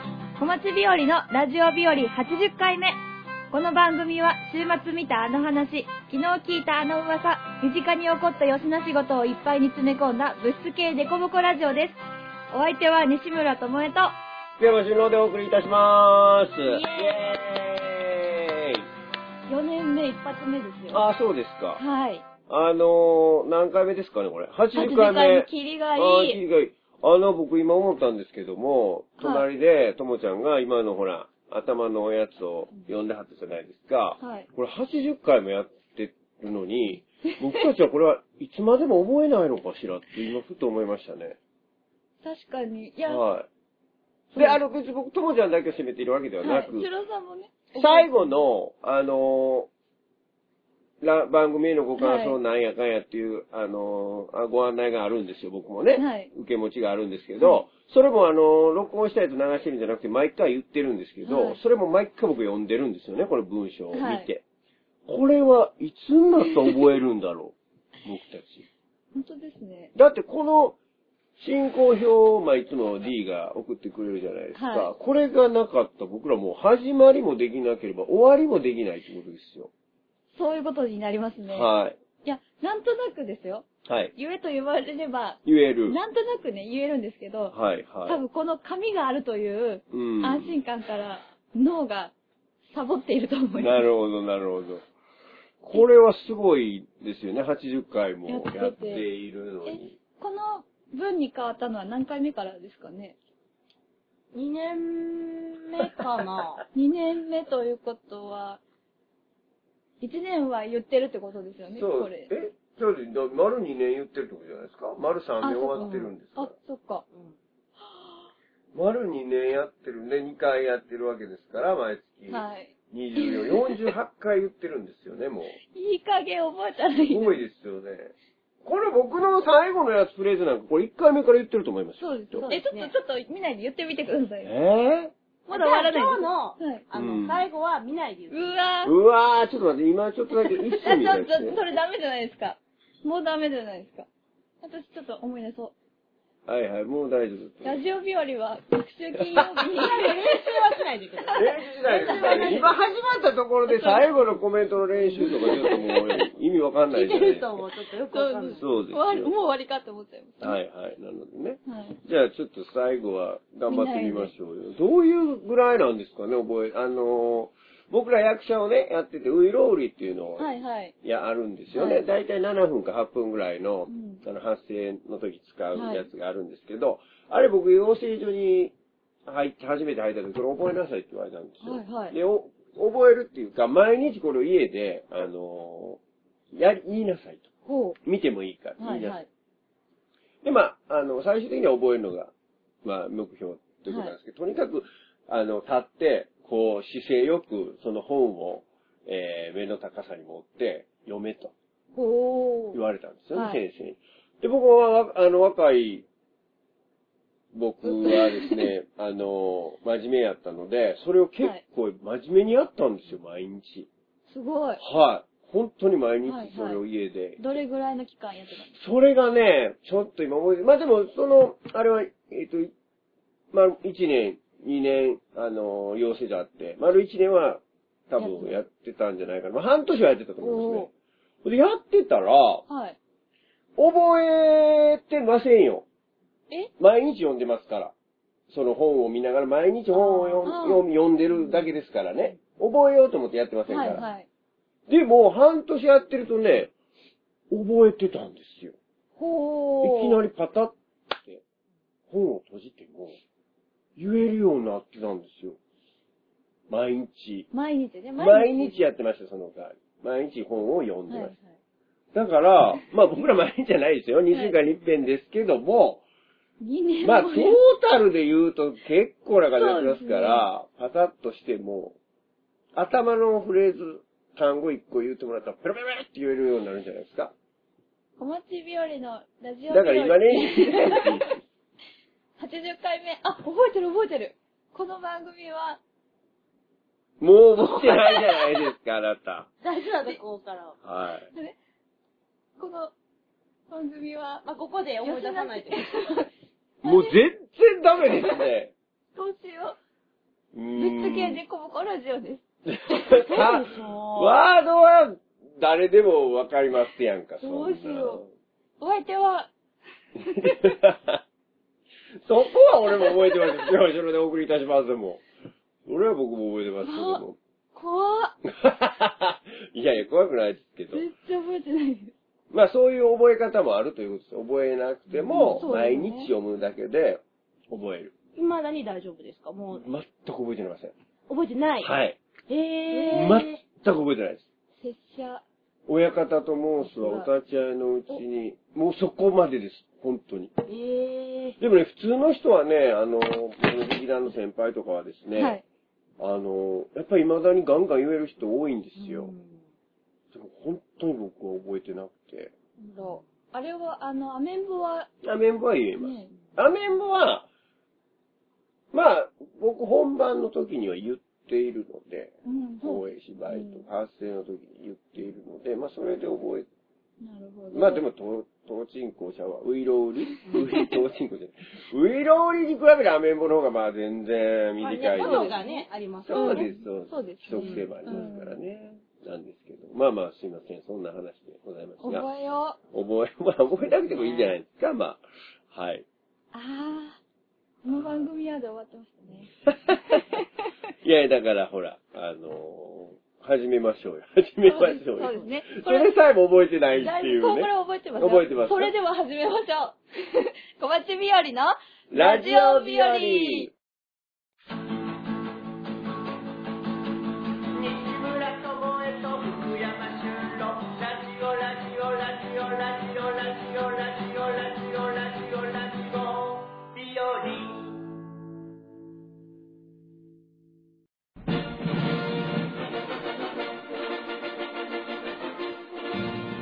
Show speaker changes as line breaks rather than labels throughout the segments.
し日和のラジオ日和80回目。この番組は週末見たあの話、昨日聞いたあの噂、身近に起こった吉な仕事をいっぱいに詰め込んだ物質系デコボコラジオです。お相手は西村智恵と、
福山新郎でお送りいたします。
イ
エ
4年目一発目です
ーイ
よ。
あー、そうですか。
はい。
あのー、何回目ですかね、これ。80
80
回目。
回に切りがい
あー切
い。
りがいい。あの、僕今思ったんですけども、隣で、ともちゃんが今のほら、頭のおやつを読んではったじゃないですか。
はい。
これ80回もやってる のに、僕たちはこれはいつまでも覚えないのかしらって今ふと思いましたね。
確かに。いや、は。
はい。で、あの、別に僕、ともちゃんだけを責めているわけではないく、
シロさんもね。
最後の、あのーら番組へのご感
は
想
い
なんやかんやっていう、あのーあご案内があるんですよ、僕もね。
はい
受け持ちがあるんですけど、それもあのー録音したやつ流してるんじゃなくて、毎回言ってるんですけど、
はい
それも毎回僕読んでるんですよね、この文章を見て。
はい
これはいつになったら覚えるんだろう、僕たち。
本当ですね。
だってこの進行表を、まあ、いつも D が送ってくれるじゃないですか。
はい
これがなかったら僕らもう始まりもできなければ終わりもできないってことですよ。
そういうことになりますね。
はい。
いや、なんとなくですよ。
はい。
言えと言われれば、
言える。
なんとなくね、言えるんですけど、
はい、
多
は
分この紙があるという
い。うん。
安心感から脳がサボっていると思いま
なるほど、なるほど。これはすごいですよね。80回も
やってて
やっているの
す。え
に。、
この文に変わったのは何回目からですかね
2年目か な
?2 年目ということは、1年は言ってるってことですよね、
そ
こ
う、
れ。
え、そうです。だ丸2年言ってるってことじゃないですか。丸3年終わってるんですから
あ。、そっか。
うん。
丸2年やってるね、2回やってるわけですから、毎月。
はい。
24、48回言ってるんですよね、 もう。
いい加減覚えたらい
す
い。
ごいですよね。これ僕の最後のやつフレーズなんか、これ1回目から言ってると思いますよ。
そうです。
きっと
え、ちょっと、ちょっと見ないで言ってみてくださいよ。
え
まだ終わらないです
じゃあ今日の、
はい
あ
うん
の、最後は見ないで言う。
うわ
ー、うわー、ちょっと待って、今ちょっとだけ一
ー。
瞬見た
あ
い
ちょ
です
ちょ
ね
そ。れダメじゃないですか。もうダメじゃないですか。私ちょっと思い出そう。
はいはい、もう大丈夫。
ラ
練
ジオ日和は、各週金曜日に。
練習はしないでください。
習しないですからね今始まったところで最後のコメントの練習とかちょっともう意味わかんな
聞
い
い
じゃ
て
ないで
る
すか。
人もちょっとよくわかんない。
そう
終
ですよ。
わ
は
り、もう終わりかって思っちゃいました。
いはい、なのでね。
はい。
じゃあちょっと最後は頑張ってみましょうよ。どういうぐらいなんですかね、覚え、あのー僕ら役者をね、やってて、ウイロウリっていうのを、
はいはい。
いや、あるんですよね。
はい
だいたい7分か8分ぐらいの、
うん
あの、発声の時使うやつがあるんですけど、あれ僕、養成所に入って、初めて入った時、これ覚えなさいって言われたんですよ。
はいはい
で、お覚えるっていうか、毎日これを家で、あのーやり、言いなさいと。
ほ
見てもいいから、
う。
言
はいい
なさい。
はい。
で、まあ、あの、最終的には覚えるのが、まあ、目標ということなんですけど、とにかく、あの、立って、こう、姿勢よく、その本を、えー、目の高さに持って、読めと
ほ
言われたんですよね、
はい
先生に。で、僕は、わあの、若い、僕はで すね、あの、真面目やったので、それを結構真面目にやったんですよ、毎日。
う。すごい。
はい。本当に毎日
はいはい
それを家で
どれぐらいの期間やってたんです
それがね、ちょっと今覚えて、まあでも、その、あれは、えっ、と、まあ、1年、2年、あのー、養成所あって、丸1年は、多分やってたんじゃないかな。まあ、半年はやってたと思いますね。ほんで、やってたら、
かはい。
覚えてませんよ。
え
毎日読んでますから。その本を見ながら、毎日本を読ん
あー
読み読んでるだけですからね。覚えようと思ってやってませんか
は
ら。
いはい。
でも、半年やってるとね、覚えてたんですよ。
ほ。
いうきなりパタって、本を閉じても、言えるようになってたんですよ。毎日。
毎日ね、
毎日やってました、その代わり。毎日本を読んで
はい
ま
は
し
い。
た。だから、まあ僕ら毎日じゃないですよ。2週間に一遍ですけども、
2年
まあト
も
ー
ね
タルで言うと結構な数やってますから、パタッとしても、頭のフレーズ、単語一個言ってもらったら、ペロペロペロって言えるようになるんじゃないですか。
小町日和のラジオ日和
だから 今ね、
80回目。あ、覚えてる覚えてる。この番組は、
もう覚えてないじゃないですか、あなた。
大丈夫だとここからは。
はい。
あれこの番組は、
まあ、ここで思い出 さないで。
吉田
もう全然ダメですね。
どうしよ
うー
ぶ
ん
っつけデコボコラジオです。
さワードは誰でもわかりますやんか、そんな
どうしよお相手は、
そこは俺も覚えてますよ。後ろでお送りいたしますでも。俺は僕も覚えてますけども。
怖っ。
いやいや、怖くないですけど
め。っちゃ覚えてないです。
まあそういう覚え方もあるということです。覚えなくても
うん、そうで
毎
すね
日読むだけで覚える。
未だに大丈夫ですかもう、
全く覚えてません。
覚えてない。
はい。
えー。
全く覚えてないです。
拙者。
親方と申すはお立ち会いのうちに、もうそこまでです。本当に。
え
でもね、普通の人はね、あの、僕の劇団の先輩とかはですね、
はい。
あの、やっぱり未だにガンガン言える人多いんです
ー。
よ。
うん
でも本当に僕は覚えてなくて。
あれは、あの、アメンボは、
アメンボは言えます。
ね、
アメンボは、まあ、僕本番の時には言っているので、
うん、
公演芝居とか発声の時に言っているので、まあそれで覚えて、
なるほど。
まあでも、と、とちんこちゃんは、ウイロウリウイ とちんこちゃん。ウイロウリに比べるアメンボの方がまあ全然短い
あね
です
音がね、あります
そう
よね。
です、そうです。
そう
規
ですね
則性もありますからね。なんですけど。まあまあ、すいません。そんな話でございますが。
覚えよう。
覚え、ま あ覚えなくてもいいんじゃないですか、まあ。はい。
あー。この番組はで終わってましたね。
いやいや、だからほら、あのー始めましょうよ。 始めましょう
そうで。
よ
すね。
それさえも覚えてない
だ
っ
い
てい
ぶ、
う
こ
ね
れ。覚えてますよ
覚えてますか
それでは始めましょう。 小町日和の、
ラジオ日和
西
西村智恵と福山修郎ラジオラジオラジオラジオラジオラジオラジオラジオラジオ日和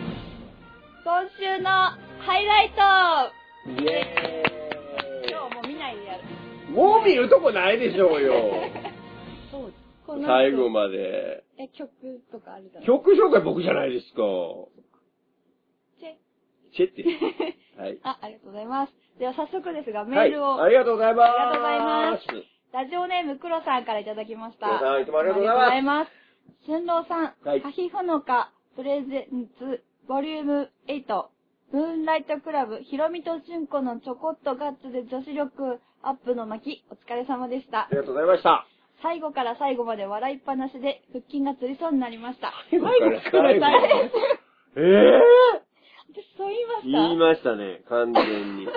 今週のハイライト
イエ
今日もう見ないでやる。
ーイもう見るとこないでしょ うよ。
そうです。
最後まで。
え、曲とかあるだろう。
曲紹介僕じゃないですか。
チェッ
チェって。はい。
あ、ありがとうございます。では早速ですが、メールを、
はい。ありがとうございます。
ありがとうございますラジオネーム黒さんからいただきました。
黒さんいつもありがとうござい
ありがと
ます
うございます。春郎さん、
はい
ハヒフノカプレゼンツ、ボリューム8、ムーンライトクラブ、ひろみとじゅんこのちょこっとガッツで女子力アップの巻、お疲れ様でした
あ。りがとうございました。
最後から最後まで笑いっぱなしで、腹筋がつりそうになりました。
最後か
私
ら最後。え
そう
えー、
言いま
言い
した
ましたね、完全 に。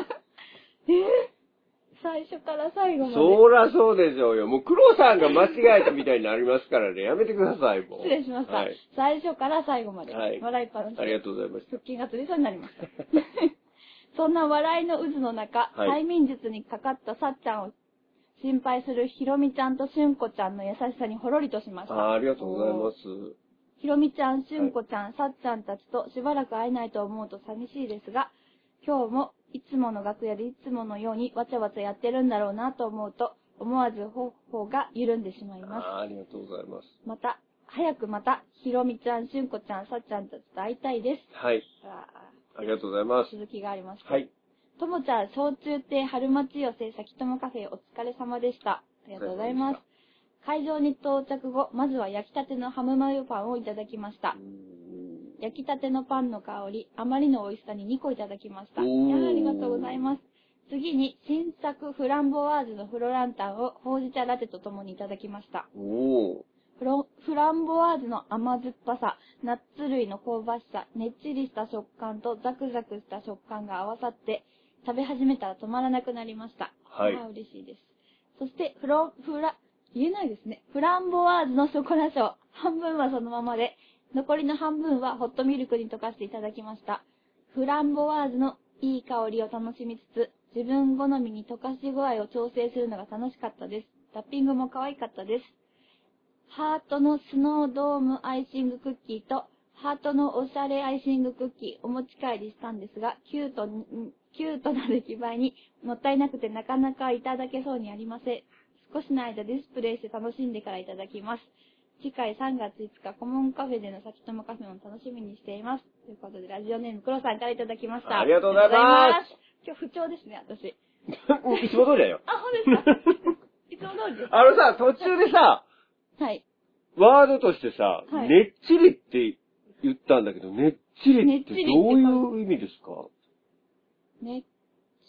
最初から最後まで。
そらそうでしょうよ。もう黒さんが間違えたみたいになりますからね。やめてください、もう。
失礼しました、
はい。
最初から最後まで。
はい
笑いっぱなしで。
ありがとうございました。
腹筋がつりそうになりました。 そんな笑いの渦の中、
はい
催眠術にかかったさっちゃんを心配するひろみちゃんとしゅんこちゃんの優しさにほろりとしまし
あ
た。
あありがとうございます。
ひろみちゃん、しゅんこちゃん、さっちゃんたちとしばらく会えないと思うと寂しいですが、今日もいつもの楽屋でいつものようにわちゃわちゃやってるんだろうなと思うと、思わず頬が緩んでしまい
あ
ます。
あありがとうございます。
また、早くまた、ひろみちゃん、しゅんこちゃん、さっちゃんたちと会いたいです。
はい。
あ
ありがとうございます
ー。続きがありました。
はい。
ともちゃん、小中亭春町寄せ、先友カフェ、お疲れ様でした。ありがとうございます。会場に到着後、まずは焼きたてのハムマヨパンをいただきました
う。ん
焼きたてのパンの香り、あまりの美味しさに2個いただきました。
お
いや
ー
ーありがとうございます。次に、新作フランボワーズのフロランタンをほうじ茶ラテとともにいただきました。
おー。
フロフランボワーズの甘酸っぱさ、ナッツ類の香ばしさ、ねっちりした食感とザクザクした食感が合わさって、食べ始めたら止まらなくなりました。
はい
あー嬉しいです。そして、フロ、フラ、言えないですね。フランボワーズのショコラショー、半分はそのままで、残りの半分はホットミルクに溶かしていただきました。フランボワーズのいい香りを楽しみつつ、自分好みに溶かし具合を調整するのが楽しかったです。ラッピングも可愛かったです。ハートのスノードームアイシングクッキーと、ハートのおしゃれアイシングクッキーお持ち帰りしたんですが、キュートに、んキュートな出来栄えにもったいなくてなかなかいただけそうにありません。少しの間ディスプレイして楽しんでからいただきます。次回3月5日、コモンカフェでの先友カフェも楽しみにしています。ということで、ラジオネーム黒さんからいただきました。
ありがとうございます
ありがとうございます。今日不調ですね、私。
いつも通りだよ。
あ、そうですか。い
理です。
あのさ、途中でさ、
はい。
ワードとしてさ、
はい
ねっちりって言ったんだけど、ねっちりって
ねっちりって
どういう意味ですか
ねっ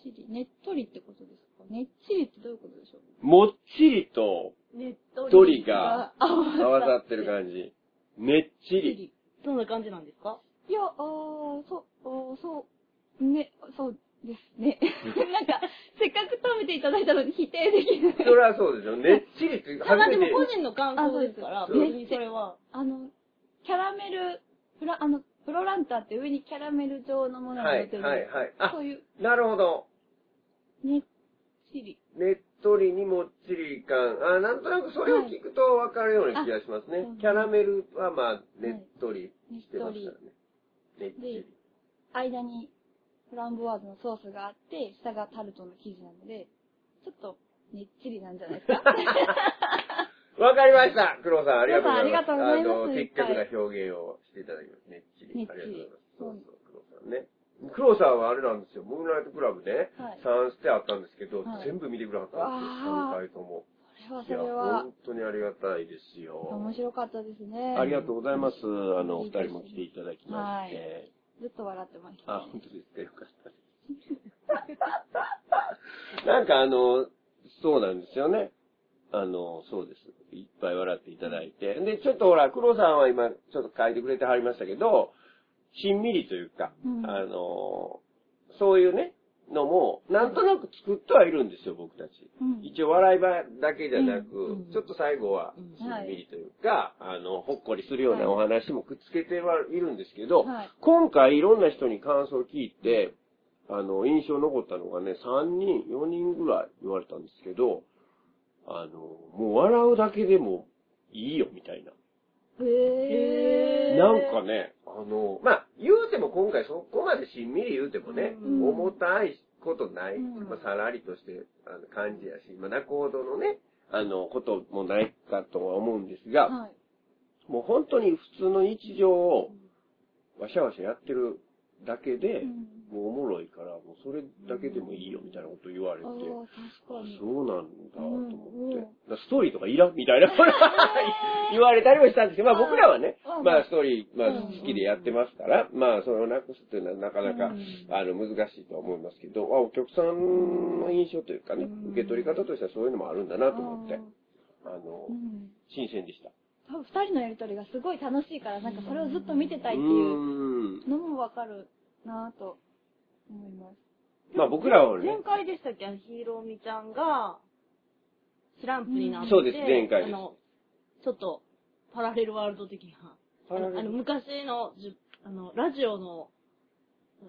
ちり、ねっとりってことですかねっちりってどういうことでしょう
もっちりと
ねっと
とりが
合
合わさってる
じ。
感 じ。ねっちり。
どんな感じなんですか
いや、あー、そう、あーそう、ね、そうですね。 なんか、せっかく食べていただいたのに否定できない。
それはそうですよ。ねっちりって
た
初
だ
め
で
て
も。個人の感想ですから、
あ
別
そうです
にそれは。
あの、キャラメル、フラ、あの、プロランタンって上にキャラメル状のものが
はい
乗ってる。
はいはい。あ
そういう、
なるほど。
ねっちり。
ねっとりにもっちり感。あ、なんとなくそれを聞くとわかるような気がしますね。
はい
キャラメルはまあ、ねっとり
ね
して
っと
ますか
り
ら。ね。ねっちり。
間にフランボワーズのソースがあって、下がタルトの生地なので、ちょっとねっちりなんじゃないですか。
わかりました。黒さん、あり
黒
がとうございます。
さんありがとうございます
の、
い
的
っぱい
確な表現をしていただきます。ねっちり。
ねっ
あ
ち
りがとうござい
り
ます。そうそう、黒さんね。黒さんはあれなんですよ。ムーンライトクラブね、
はい
3ステあったんですけど、
はい
全部見てくださったんですよ。
わあ
3回とも。
それはそ
いや、
れは、
本当にありがたいですよ。
面白かったですね。
ありがとうございます。あの、お
い
二
いですね
人も来ていただきまして。
ずっと笑ってました。
あ、本当ですか。よかったです。なんかあの、そうなんですよね。あの、そうです。いっぱい笑っていただいて。で、ちょっとほら、黒さんは今、ちょっと書いてくれてはりましたけど、しんみりというか、
うん
あの、そういうね、のも、なんとなく作ってはいるんですよ、僕たち。
うん
一応、笑い場だけじゃなく、
うんうん
ちょっと最後は、
うん
しんみりというか、あの、ほっこりするようなお話もくっつけてはいるんですけど、
はい
今回いろんな人に感想を聞いて、あの、印象残ったのがね、3人、4人ぐらい言われたんですけど、あの、もう笑うだけでもいいよ、みたいな。
へー。
なんかね、あの、まあ、言うても今回そこまでしんみり言うてもね、
うん
重たいことない、
うん
まあ、さらりとしてあの感じやし、まあ、仲人のね、あの、こともないかとは思うんですが、
はい。
もう本当に普通の日常を、わしゃわしゃやってるだけで、
うん
もうおもろいから、もうそれだけでもいいよみたいなこと言われ
あ
て、
あ
あ、
確かに。
そうなんだと思って、
うんうん
だからストーリーとかい らんみたいな、言われたりもしたんですけど、まあ僕らはね
うん、
まあストーリー、まあ
うん
好きでやってますから、まあそれをなくすっていうのはなかなか
うん、
あの難しいとは思いますけど、あ、お客さんの印象というかね、
うん
受け取り方としてはそういうのもあるんだなと思って、あの
う、ん。
新鮮でした。
多分二人のやりとりがすごい楽しいから、なんかそれをずっと見てたいっていう
うん。
のもわかるなぁと思います。
まあ僕らはね
前、回でしたっけあのヒーローみちゃんが、スランプになって、
そうです前回です
あの、ちょっと、パラレルワールド的な、あ
パラレ
の
ル
あの昔のじゅ、あの、ラジオの、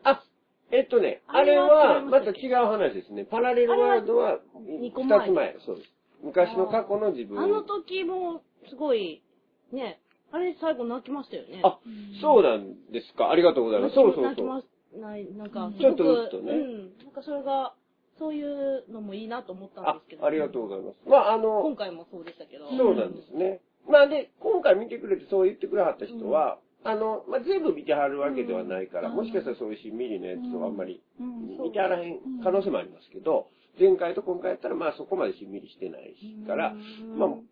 あ、えっとね、あ
あれ
れ
は
はまた違う話ですね。パラレルワールドは2
二
つ
個
前
前。
そうです。昔の過去の自分。
あの時も、すごい、ね、あれ最後泣きましたよね。
あ、そうなんですか。ありがとうございます。そうそう
泣き
そ
ま
う。
す。ない、なんか、
ちょっとうっとね
うん。なんかそれが、そういうのもいいなと思ったん
あ
ですけ、ど。
ありがとうございます。まあ、あの
今、回もそうでしたけど。
そうなんですね。まあで、今回見てくれてそう言ってくれはった人は、あの、まあ、全部見てはるわけではないから、
うん
もしかしたらそういうしんみりのやつをあんまり
うんうんそう
見てはらへん可能性もありますけど、前回と今回やったら、まあそこまでしんみりしてないから、
うん
まあ、うん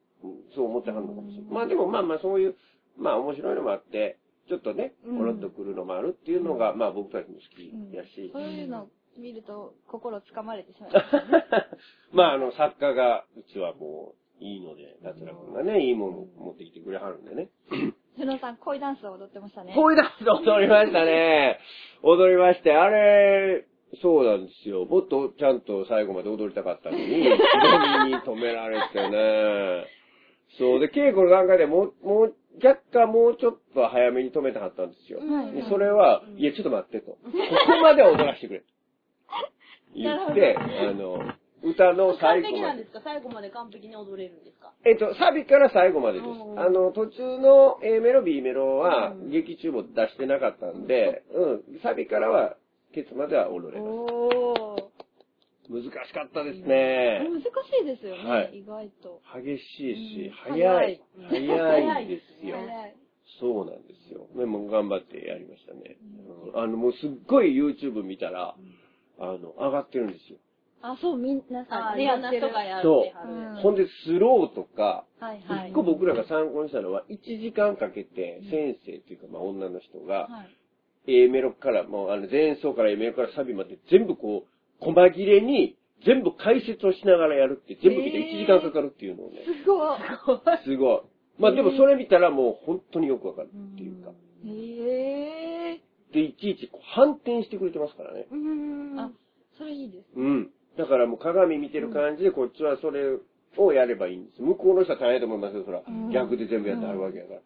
そう思ってはるのかもしれない。まあでもまあまあそういう、まあ面白いのもあって、ちょっとね、
うん
おろっとくるのもあるっていうのが、まあ僕たちも好きや し、
そういうのを見ると心つかまれてしまい ます。
まああの作家が、うちはもういいので、達郎君がね、いいものを持ってきてくれはるんでね。
瀬野さん、恋ダンスを踊ってましたね。
恋ダンス踊りましたね。踊りまして、あれ、そうなんですよ。もっとちゃんと最後まで踊りたかったのに、ひどみに止められてね。そう、で、稽古の段階でもう、もう、若干もうちょっと早めに止めてはったんですよ。
はい
でそれは、いや、ちょっと待ってと。ここまでは踊らせてくれ。言って、あの、歌の最
完
後
璧
ま
なん
で
で。すか最後まで完璧に踊れるんですか
えっと、サビから最後までです。
うん
あの、途中の A メロ、B メロは
う、ん
劇中も出してなかったんで、うん、サビからは、ケツまでは踊れます。
おー。
難しかったですね。
難しいですよね、
はい
意外と。
激しいし、
うん
早い。
早い
早いんですよ
早。
早い
そうなんですよ。でも頑張ってやりましたね。うんあの、もうすっごい YouTube 見たら、あの、上がってるんですよ。
あ、そう、みんなさん
あ、
ね、
いろ
や
ん
っ
な
て
人
る。
がやる
そう
てはる
うん
ほんで、スローとか、
はいはい
一。個僕らが参考にしたのは、1時間かけて、先生というか、まあ、女の人が、
はい
A メロから、もう、あの、前奏から A メロからサビまで、全部こう、細切れに、全部解説をしながらやるって、全部見て1時間かかるっていうのをね、
すごい。
すごい。まあ、でもそれ見たらもう、本当によくわかるっていうか。
へえ。
で、いちいちこう反転してくれてますからね。
うーん。
あ、それいいです。
うん。だからもう鏡見てる感じで、こっちはそれをやればいいんです。向こうの人は大変だと思いますよ、そら。
ん
逆で全部やってあるわけやから。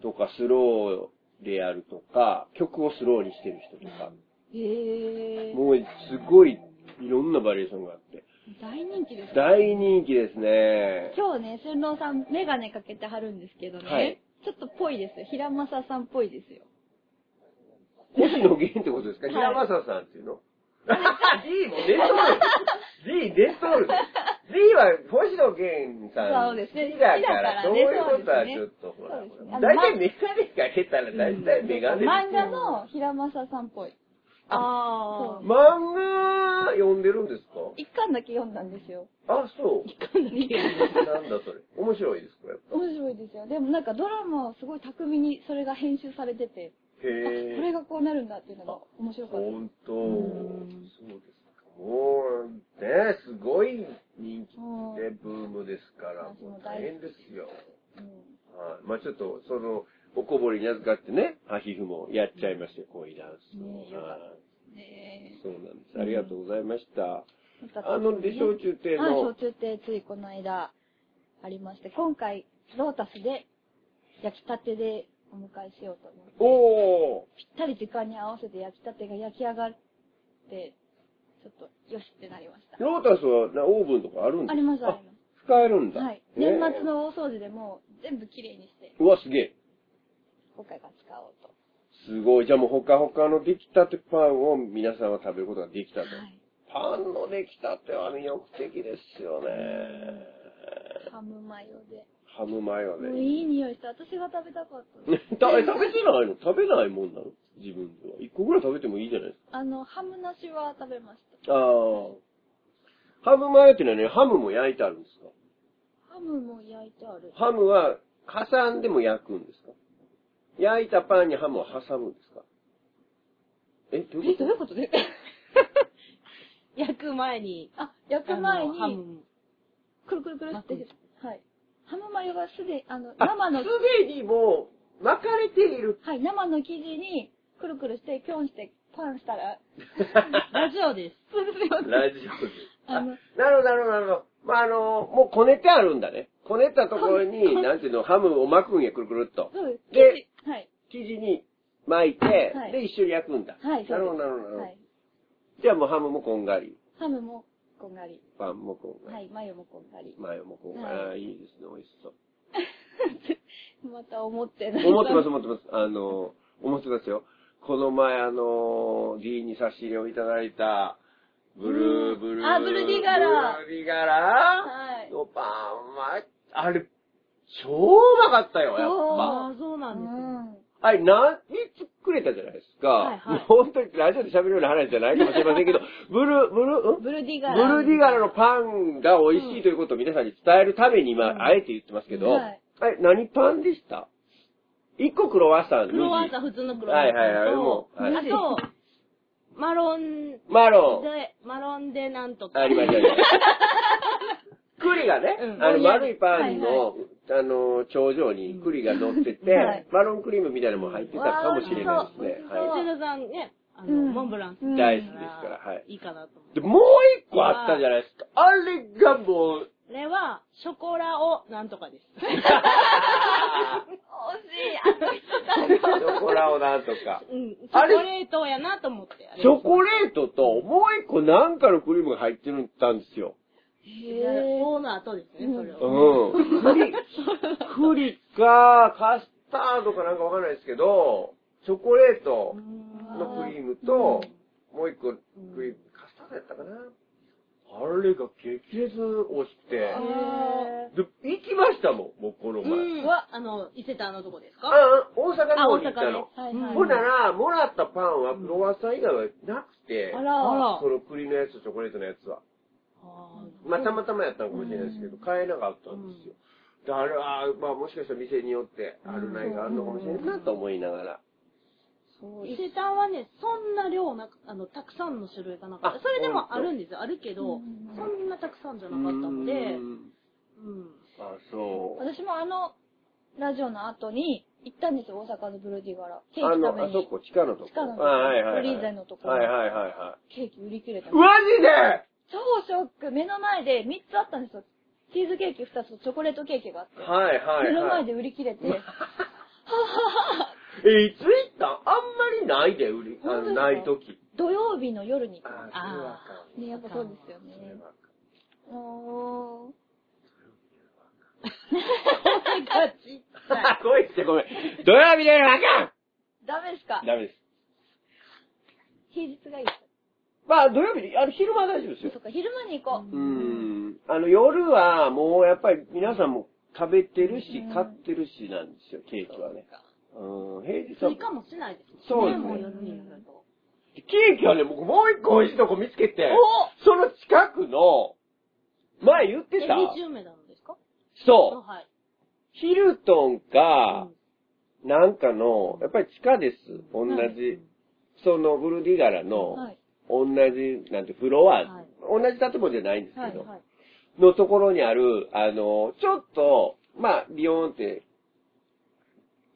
とか、スローでやるとか、曲をスローにしてる人とか。
へえ。
もう、すごい、いろんなバリエーションがあって。
大人気です。
大人気ですね。
今日ね、俊郎さん、メガネかけてはるんですけどね、
はい
ちょっとぽいですよ。平正さんぽいですよ。
星野源ってことですか
はい
平正さんっていうの ?G も出とる !G 出とる !G は星野源
そ
さん。
うですね
好きだから、そう
好き
い
だ
うこと
から
は
ね
ちょっと、ほら
そうですねあ。の
大体メガネかけたら大体メガネ。
漫画の平正さんぽい。
あ
そう
漫画読んでるんですか
一巻だけ読んだんですよ。
あ、そう。
ー。
なんだそれ。面白いですかやっ
面白いですよ。でもなんかドラマはすごい巧みにそれが編集されてて、
ぱ。
あ、これ
へぇー。
がこうなるんだっていうのが面白かった。
ほんと。そうですか。もう、ね、すごい人気でブームですから、
私
も
も
う
大
大
好き
変ですよ。
うん
はい。まあちょっと、その、おこぼれに預かってね、ハヒフもやっちゃいましたよ、恋ダンス
ねえ
を。
よか
は
っ
い。
ね
そうなんです。ありがとうございました。
え
あの、で、小中
はい
亭の
小、中亭ついこの間ありまして、今回、ロータスで焼きたてでお迎えしようと思って。
おー
ぴったり時間に合わせて焼きたてが焼き上がって、ちょっと、よしってなりました。
ロータスはなオーブンとかあるんですか
ありますありま
使えるん
す。
だ。
はい。
へー
年末。の大掃除でもう全部きれいにして、
うわ、すげえ。
今回から使おうと。
すごい。じゃあもうほかほかの出来たてパンを皆さんは食べることができたと。
はい。
パンの出来たては魅力的ですよね。
ハムマヨで。
ハムマヨ
もう
ね。
いい匂いした。私が食べたかった
食
の。
べてないの食べないもんなの自分では。一個ぐらい食べてもいいじゃないです
あの、ハムなしは食べました。
か。ああ。ハムマヨっていうのはね、ハムも焼いてあるんですか
ハムも焼いてある。
ハムは挟んでも焼くんですか焼いたパンにハムを挟むんですかえ、どういう
え、
こ
どういうことで焼く前に。
あ、焼く前
あのハ
に、
ム
くるくるくるっ
巻
て、はい。ハムマヨがすで、あの、
と
生の
あ、すでにもう巻かれている。
はい、生の生地に、くるくるして、ぴょんして、パンしたら、
ラジオです。
そうですよね。
ラジオで。
あ
あ
の
なるほど、なるほど、なるほど。まあ、あの、もうこねてあるんだね。こねたところに、なんていうの、ハムを巻くんや、くるくるっと。
そうです。
で
生地はい。
生地に巻いて、
はい
で、一緒に焼くんだ。
はい、そ
な
うで
るほ
す。
ど、なるほど、なるほど。
はい。
じゃあもうハムもこんがり、
ハムもこんがり。
パンもこんが
は
り、
い、マヨもこんがり。
マヨもこんがり。
はい
ああ、いいですね、美味しそう。
また思ってない。
思ってます、思ってます。あの、思ってますよ。この前、あの、D に差し入れをいただいた、ブルー、ブルー。
あブルディガラ
ブルディガラ
はい。
のパンは、あれ、超うまかったよ、やっぱ。
ああ、そうなんですね。
あれ、何日くれたじゃないですか。
はいはい
もう本当にラジオで喋るような話じゃないかもしれま せんけど、ブル、ブル、ん
うん。ブルディ
ブ
ガラ。
ルディガラのパンが美味しいということを皆さんに伝えるために今、あえて言ってますけど、
はい
あれ、何パンでした一個クロワッサン、
クロワッ
ン。
サン、普通のクロワッサンと、
はいはいはいもうはい
あと、マロンで、
マロ
マロンでなんと
ン。
か。
ありましたよ。栗がね、
うん
あ
盛
の、
り上げ
丸いパンの、あの、頂上に栗が乗ってて、
はい
マロンクリームみたいなのも入ってたかもしれないですね
う。わー美味しそう
は
シルさんね、あの、
うん
モンブラン好
うん
い、大好きですから、はい。
いいかなと思う。
で、もう一個あったじゃないですか。あれがもう、
これは、ショコラをなんとかです。
ショコラをなんとか。
うん、チョ
あれ
コレートやなと思って。あれ
チョコレートと、もう一個なんかのクリームが入ってるったんですよ。
へー
棒の後ですね、それを。
うん。栗、栗か、カスタードかなんかわかんないですけど、チョコレートのクリームと、もう一個クリーム、カスタードやったかな。あれが激烈惜しくて。
へ
で、行きましたもん、僕この
う
前。
ん。は、あの、伊勢丹のとこです
あ
か
あ、大阪の方に行った
あ大阪ね
の。
はい
うん
ほ
は
んなら、もらったパンはクロワッサン以外はなく
い。
て、
あら。
あら
その栗のやつとチョコレートのやつは。
あー
まあ、たまたまやったのかもしれないですけど、買えなかったんですよ。で、あれは、まあ、もしかしたら店によって、あるないがあるのかもしれないなと思いながら。
そう伊勢丹はね、そんな量なく、あの、たくさんの種類がなかった。
あ
それで
本
も
当
あるんですよ、あるけど、そんなたくさんじゃなかったので、
う
うんん。
あ、そう。
私もあの、ラジオの後に行ったんですよ、大阪のブルーディーから。ケー
あ
キ食
の、
べ
あそ
に。
こ、地下のとこ。
地下のとこ
あはいはいは
フ
い。
リーゼのとこ
はいはいはいは
ケーキ売り切れた
い。。マジで
超ショック目の前で3つあったんですよ。チーズケーキ2つとチョコレートケーキがあって。
はいはい、はい。
目の前で売り切れて。はぁはぁはぁ
え、いつ行ったんあんまりないで、売り、あ
本当です
の、
か
ないとき。
土曜日の夜に行っ
あ
た。
あ、そ
ね、やっぱそうですよね。
れはあかん。それはあかん
お ー。
ガチ。
ごめんってごめん。土曜日でわか
ダメですか
んダメです。
平日がいい
まあ、土曜日、あの、昼間は大丈夫です
です。
よ
そ。っか、昼間に行こ
うーん。あの、夜は、もう、やっぱり、皆さんも食べてるし
う、ん
買ってるしなんですよ、ケーキはね。うん、平日は
追。加もしないです。
そうですね
もう夜になると。
ケーキはね、僕、もう一個美味しいとこ見つけて、
お
その近くの、前言っ
え、
てた
2 0名なんですかあ
そう。
はい。
ヒルトンか、
うん
なんかの、やっぱり地下です。同
はい
じ、そのブルディガラ
う
の、
はい。
同じ、なんて、フロア、
はい
同じ建物じゃないんですけ
はい、
ど、
はい。
のところにある、あの、ちょっと、まあ、ビヨーンって、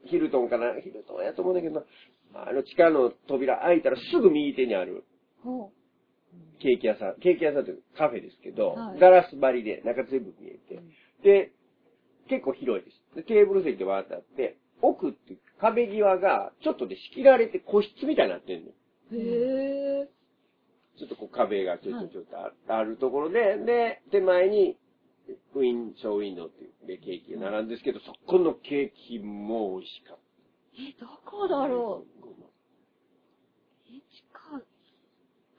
ヒルトンかなヒルトンやと思うんだけど、あの、地下の扉開いたらすぐ右手にある
ほ
ケーキ屋さん、ケーキ屋さんというかカフェですけど、
はい
ガラス張りで中全部見えて、で、結構広いです。でテーブル席でわーってあって、奥っていうか壁際がちょっとで仕切られて個室みたいになってるの。
う。へー。
ちょっとこう壁がちょいちょいちょいとああるところで、で、手前に、ウィン、ショーウィンドウっていうでケーキが並んですけど、そこのケーキも美味しかっ
え、どこだ
た。
ろうえ、地下。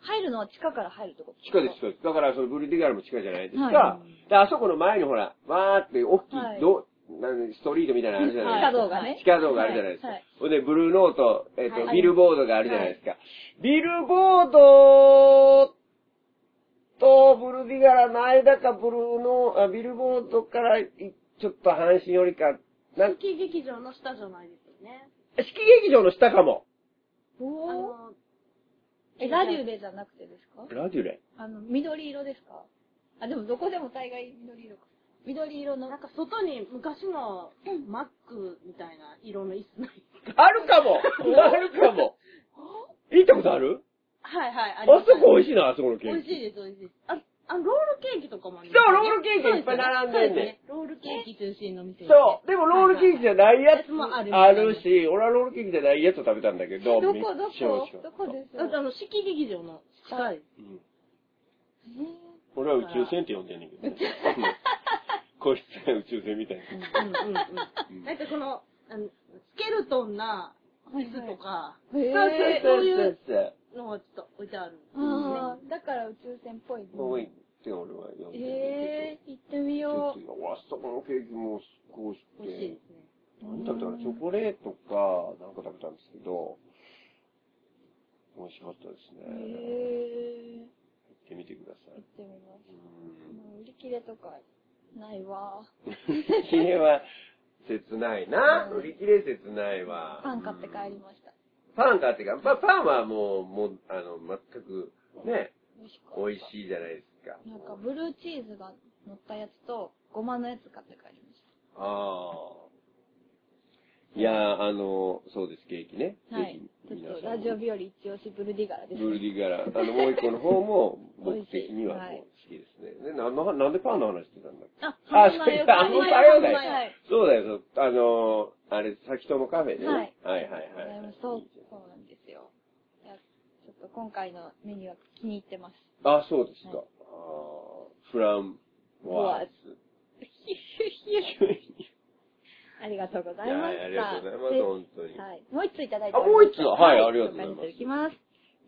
入るのは地下から入るってこと
地下です、地下です。だから、そのブルディガルも地下じゃないですか。
は
で、あそこの前にほら、わーって大きい、
はい
どなんストリートみたいなのあるじゃない
地
で
下道
すか。
がね。
地下道があるじゃないですか。
はいは
ほんで、ブルーノート、えっ、と、
はい
ビルボードがあるじゃないですか。ビルボードとブルディガラの間か、ブルーノーあ、ビルボードからいちょっと阪神よりか、なん
月劇場の下じゃないですよね。
式劇場の下かも。
あ
おー。
の、
え、ラデュレじゃなくてですか
ラデュレ。
あの、緑色ですかあ、でもどこでも大概緑色か。緑色の
なん。か外に昔のマックみたいな色の椅子ない。
あるかもあるかも行ったことある
はいはい、
あ
ります
そこ美味しいな、あそこのケ
美
ー
味
キ。
しいです、美味しいです。あ、あロールケーキとかもあり
そうロールケーキいっぱい並んでんねん
そうですねロールケーキ中心の店ですね。
そう。でもロールケーキじゃないやつも
はい
あ
はいは
る
い
し、俺はロールケーキじゃないやつを食べたんだけど、
ど
めっ
こど
ちゃ美味しか
こどこ
った
です
だってあの、四季劇場の近い。
う
へ
ん
ー
俺は宇宙船って呼んでんねんけどね。 個室が宇宙船みたいな。
うんうんうん。なんかこの、あの、スケルトンな椅子とか、
へ
ー
そうそうそうそう。
のはちょっと置いてある。
あーだから宇宙船っぽいね。
もういって俺は呼んでんねんけ
えー、行ってみ
ど。
よ
ちょっと、あそこのケーキもすごい美
美味し
味し
いで
くて。
すね。
何食べたかなチョコレートか、なんか食べたんですけど、美味しかったです
う。へえ
ね。行ってみてくださ
行っ
い。
てみます。
うん
もう売り切れとかないわ。
売り切れは切ないな。
うん
売り切れ切ないわ。
パン買って帰りました。
パン買ってか、まあ、パンはもう、もう、あの、全く、ね、
美味しかった。
美味しいじゃないですか。
なんかブルーチーズが乗ったやつと、ごまのやつ買って帰りまし
ああ。いやー、あの、そうです、ケーキね。
た。は
ぜ
い。
ひ
ち
皆
ょっと
さ
ラ
ん
ジオ
も
日和一押しブルディガラです。
ブルディガラ、あの、もう一個の方も、
美
僕
味しい
的にはもう
はい
好きですね。で、なんの、なんでパンの話してたんだっけ
あ、
あ、
半
そ
前
れ
よ
あの、
半
さ
前
よう
半
だ
前
よ。そうだよ、そうあのー、あれ、先友カフェでね。
はい
はいはい
で
は
も
い。
そう、そうなんですよ。いやちょっと今回のメニューは気に入ってます。
あ、そうですか。
は
あーフランワーズ。
ありがとうござ
い
いまし
や
た。
ありがとうございます、
で
本当に。
はい。もう一ついただいて
あ、もう一つは、はい、ありがとうござい
紹
ま
介
す
して。いきます。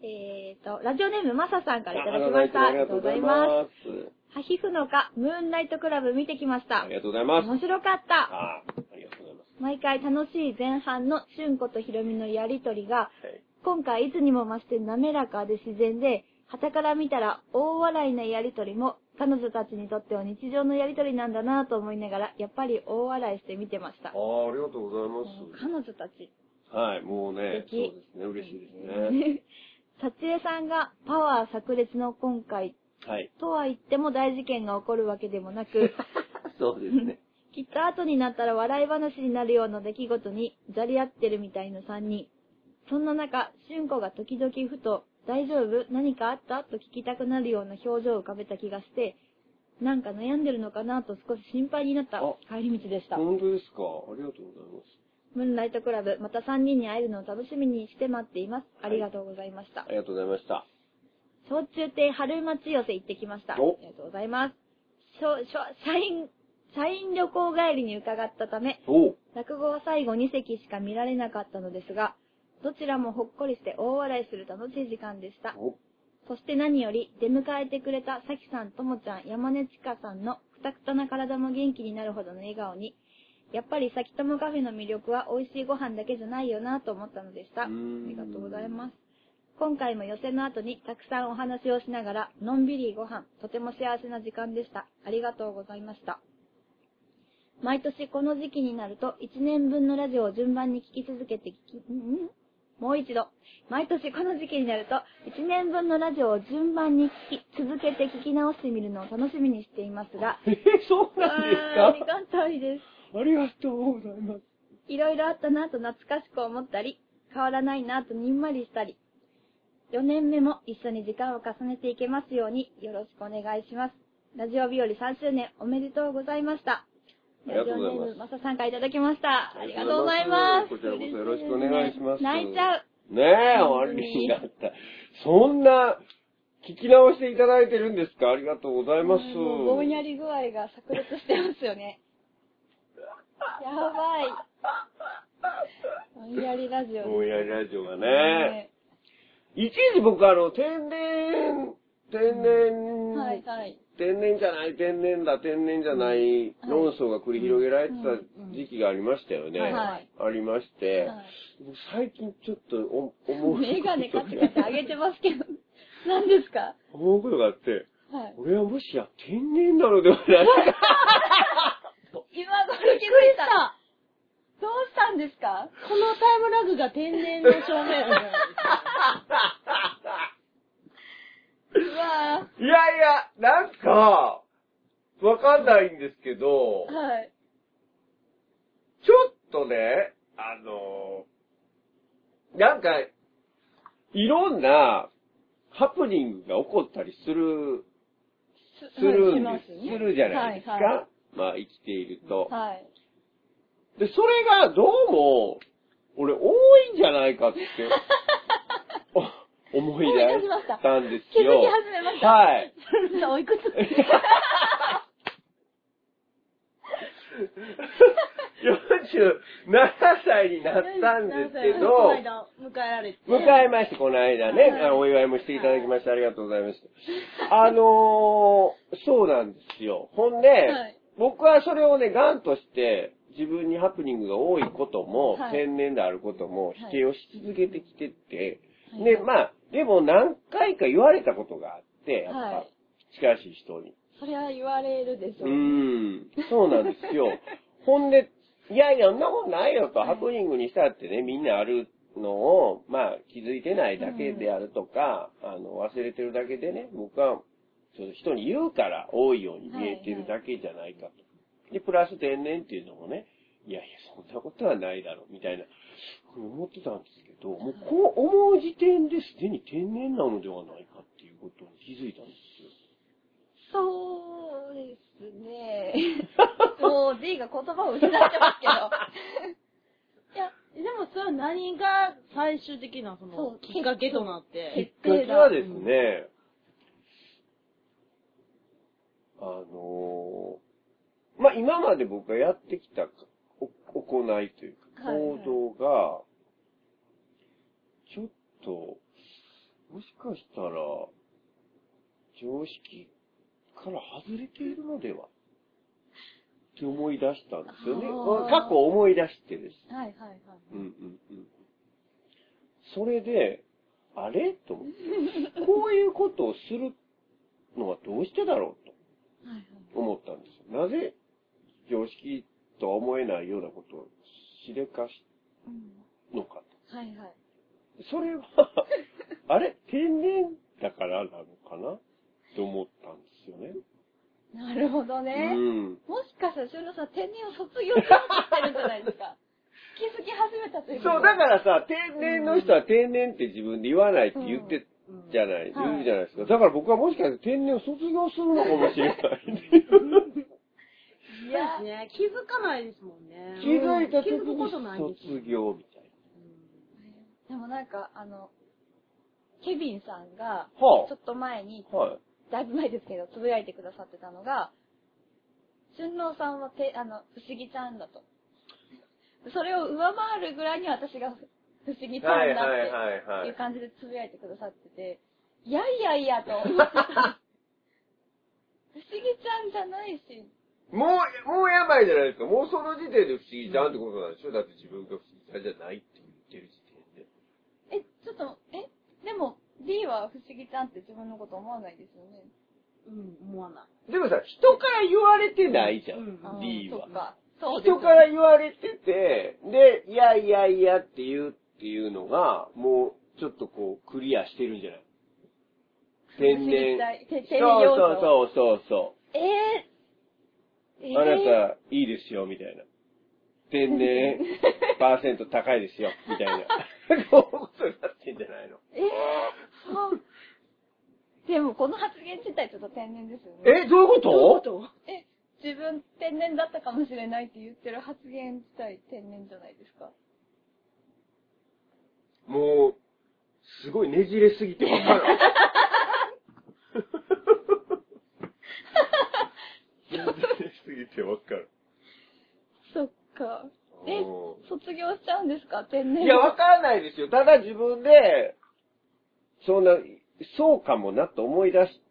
えーと、ラジオネームまささんからいただきました。
あありがとうございます。
す。ハヒフのか、ムーンナイトクラブ見てきました
あ。りがとうございます。
面白かった。
あありがとうございます。
毎回楽しい前半のしゅんことひろみのやりとりが、
はい。
今回いつにも増して滑らかで自然で、旗から見たら大笑いなやりとりも、彼女たちにとっては日常のやりとりなんだなぁと思いながら、やっぱり大笑いして見てました
あ。あ、ありがとうございます。
彼女たち。
はい、もうね
素、
そう
敵
ですね、嬉しいです ね。
撮影さんがパワー炸裂の今回、
はい。
とは言っても大事件が起こるわけでもなく、
そうですね。
きっと後になったら笑い話になるような出来事に、じゃり合ってるみたいな3人。そんな中、春子が時々ふと、大丈夫何かあったと聞きたくなるような表情を浮かべた気がして、なんか悩んでるのかなと少し心配になった
あ
帰り道でした。
本当ですかありがとうございます。
ムーンライトクラブ、また3人に会えるのを楽しみにして待っています。あ
い
りがとうございました
あ。りがとうございました。
小中亭春町寄せ行ってきました。あ
お
りがとうございます。しょしょ社員、社員旅行帰りに伺ったため、
おう
落語は最後2席しか見られなかったのですが、どちらもほっこりして大笑いする楽しい時間でした。
お
そして何より出迎えてくれたさきさん、ともちゃん、山根ちかさんのくたくたな体も元気になるほどの笑顔に、やっぱりさきともカフェの魅力は美味しいご飯だけじゃないよなと思ったのでした。あ
うーん
りがとうございます。今回も寄せの後にたくさんお話をしながら、のんびりご飯、とても幸せな時間でした。ありがとうございました。毎年この時期になると、1年分のラジオを順番に聞き続けて聞き、んんもう一度。毎年この時期になると、1年分のラジオを順番に聞き、続けて聞き直してみるのを楽しみにしていますが、
えー、そうなんで
あ
す
ーあり
か
がたいです。
ありがとうございます。
いろいろあったなと懐かしく思ったり、変わらないなとにんまりしたり、4年目も一緒に時間を重ねていけますようによろしくお願いします。ラジオ日和3周年おめでとうございました。
ありが
ラジ
と
オ
うござい
ネ
ます
ームまささんからいただきました。ありがとうございます。
こちらこそよろしくお願いします。
泣いちゃう。
ねえ、終わりになった。そんな、聞き直していただいてるんですかありがとうございます。
もうぼんやり具合が炸裂してますよね。やばい。ぼんやりラジオ
ぼん
で
やりラジオが
す
ね。。一時僕あの、天然、天然、
はいはい。
天然じゃない、天然だ、天然じゃない論争が繰り広げられてた時期がありましたよね。
うんうんはい
ありまして、
はい
僕最近ちょっとお思うことが。
メガネカチカチ上 げてますけど、何ですか
思うことがあって、
はい。
俺はもしや天然なのではないか。
今頃気づい
さ
た。
あ、
どうしたんですか
このタイムラグが天然の証明なんじゃないですか。
うわ
いやいや、なんか、わかんないんですけど、
ぁ。はい。
ちょっとね、あのーなんか、いろんなハプニングが起こったりする、するんです。するじゃないですか。
はいは
まあ、生きていると。
い。はい。
で、それがどうも、俺多いんじゃない かって、お思い出したんです
気づき
よ。
始めました。
はい。
それおい くつ
47歳になったんですけ ど
この、間迎えられて。
迎えまして、この間ね、
はい
あのお祝いもしていただきまして、ありがとうございました。あのー、そうなんですよ。ほんで、
はい
僕はそれをね、ガンとして、自分にハプニングが多いことも、
はい
天然であることも、否定をし続けてきてて、
はい
で、まあ、でも何回か言われたことがあって、やっぱ、
はい
近しい人に。
それは言われるでしょ
うーん、そうなんですよ。 ほんで、いやいや、そんなことないよと、ハプニングにしたってね、みんなあるのを、まあ、気づいてないだけであるとか、あの、忘れてるだけでね、僕は、ちょっと人に言うから多いように見えてるだけじゃないかと。で、プラス天然っていうのもね、いやいや、そんなことはないだろう、みたいな、思ってたんですけど、もうこう思う時点ですでに天然なのではないかっていうことに気づいたんです よ。
そうですね。 もう D が言葉を失ってますけ
いや、でもそれは何が最終的なそ
そ
の
う
きっかけとなっ
そう
て。
きっかけはですね、あのーまあ、今まで僕がやってきたお行いというか、
はいはい
行動が、ちょっと、もしかしたら、常識から外れているのではって思い出したんですよね
あー。
過去を思い出してです。
はいはいはい。
うんうんうんそれで、あれと思って、こういうことをするのはどうしてだろうと。思ったんですよ。なぜ常識とは思えないようなことをしでかしのかと。
はいはい。
それは、あれ天然だからなのかなと思ったんですよね。
なるほどね。
うん。
もしかしたら、修郎さん、天然を卒業しようとしてるんじゃないです か。好き好き始めたということ
そう、だからさ、天然の人は天然って自分で言わないって言ってじゃない、
うん
言うじゃないですか。だから僕はもしかして天然を卒業するのかもしれない。
い
いや
や、
ね、気づかないですもんね。
気づいた時
気づくことない
に
です
卒業みたい
でもなんか、あの、ケビンさんが、
な。は
ちょっと前に、
あ、はい。
だいぶ前ですけど、つぶやいてくださってたのが、春郎さんはて、あの、不思議ちゃんだと。それを上回るぐらいに私が不思議ちゃんだっ
い
ていう感じでつぶやいてくださってて、いやいやいやと思って た。不思議ちゃんじゃないし、
もう、もうやばいじゃないですか。もうその時点で不思議ちゃんってことなんでしょだって自分が不思議ちゃんじゃないって言ってる時点で。
え、ちょっと、え、でも、D は不思議ちゃんって自分のこと思わないですよね。
うん、思わない。
でもさ、人から言われてないじゃん。
うん
あー
D は
そっ。か。そうですよ
人
ね
から言われてて、で、いやいやいやって言うっていうのが、もうちょっとこう、クリアしてるんじゃない
不思議ちゃんて天
天然。そ
然要
う
素。
そうそうそ
えー、え
う。あなた、いいですよ、みたいな。天然、パーセント高いですよ、みた いな。こういうことになってんじゃないの
えー、そう。でも、この発言自体ちょっと天然ですよね。
え、どういうこと
え、自分天然だったかもしれないって言ってる発言自体天然じゃないですか。
もう、すごいねじれすぎて わからん。 ねじれすぎてわかる。
そっか。え
おー、
卒業しちゃうんですか天然。
いや、わからないですよ。ただ自分で、そんな、そうかもなと思い出し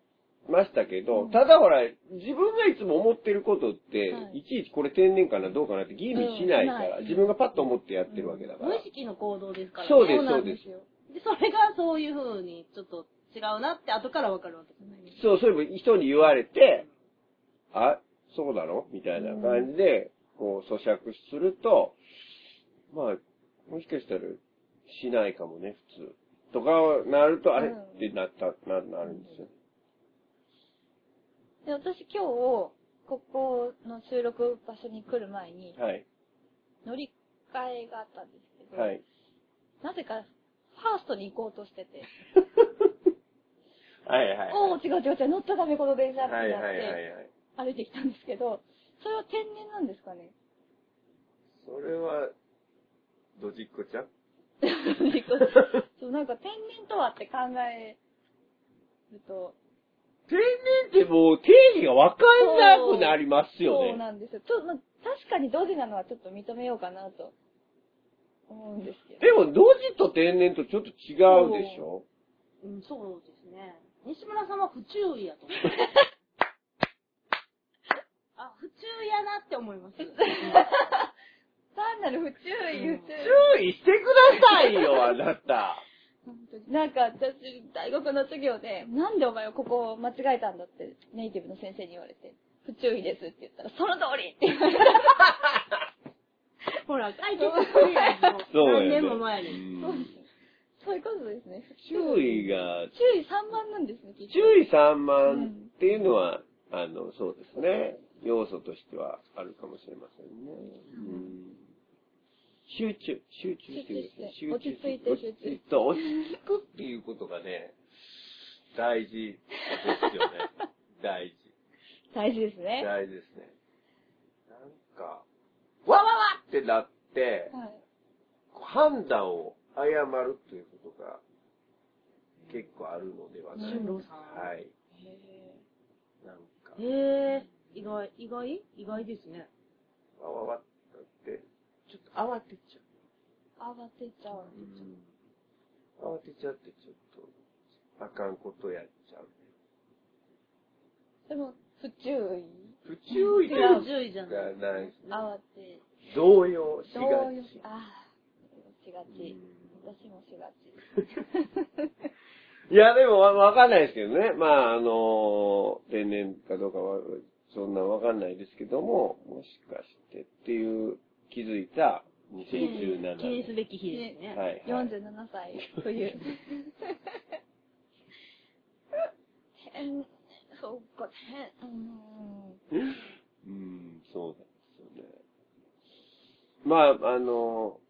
ましたけど、ただほら、自分がいつも思ってることって、
はい
い、ちいちこれ天然かなどうかなって吟味しないから、
うんしない
自分がパッと思ってやってるわけだから。
無意識の行動ですから
そうです
そうなんですよ。
で、それがそういう風に、ちょっと違うなって、後から分かるわけじゃないです。
そう、そういえば人に言われて、あ、そうなのみたいな感じで、こう、咀嚼すると、まあ、もしかしたら、しないかもね、普通。とか、なると、あれ
うん
ってなった、な、なるんですよ。
で私今日、ここの収録場所に来る前に、
はい。
乗り換えがあったんですけど、
はい。
なぜか、ファーストに行こうとしてて、
はいはい。
おー、違う違う違う、乗っちゃダメ、この電車ってな
は
っ
い
て、
はいはいはい。
歩いてきたんですけど、それは天然なんですか ね
それは、ドジッコちゃん
そうなんか天然とはって考えると、
天然ってもう定義がわかんなくなりますよ
そう
ね。
なんですよ。ちょまあ確かにドジなのはちょっと認めようかなと思うんですけど。
でも、ドジと天然とちょっと違うでしょ
うん、そうですね。西村さんは不注意やと思う。 あ、不注意やなって思 います。
単なる不注意、
うん
不注
注意してくださいよ、あな た。
意。なんか私、大学の授業で、なんでお前はここを間違えたんだって、ネイティブの先生に言われて、不注意ですって言ったら、その通りって言われて、
ほら、解決してるやんもう
そうやね
何年も前
う
に。
ん
そうですそういうことですね。
注意が、
注意散漫なんですね、きっと
注意散漫っていうのは、あの、そうですね。要素としてはあるかもしれませんね。うん集中、集中してください。
集中して落ち着いて集中
落ち着と落ち着くっていうことがね、大事ですよね。大事。
大事ですね。
大事ですね。なんか、わわわってなって、
はい。
判断を誤るということが結構あるのではない
俊郎さん。
はい。
へ
なんか、
へえ、意外、意外意外ですね。
わわわってなって、ちょっと慌てちゃ
ー慌てちゃう
う。。慌てちゃって、ちょっと、あかんことやっちゃう。
でも、不注意。
不注意で
不注意じゃ
が
ない。
ないですね。
慌て、
動揺しが
動揺
ち。
ああ、しがち
う。ん
私もしがち。
いや、でもわわかんないですけどね。まあ、あの、天然年かどうかは、そんなわかんないですけども、もしかしてっていう気づいた2017
記念す
年。
べき日ですね。
はい、はい。
47歳という。変、そうか、変、うん。
うん、そうなんですよね。まあ、あの、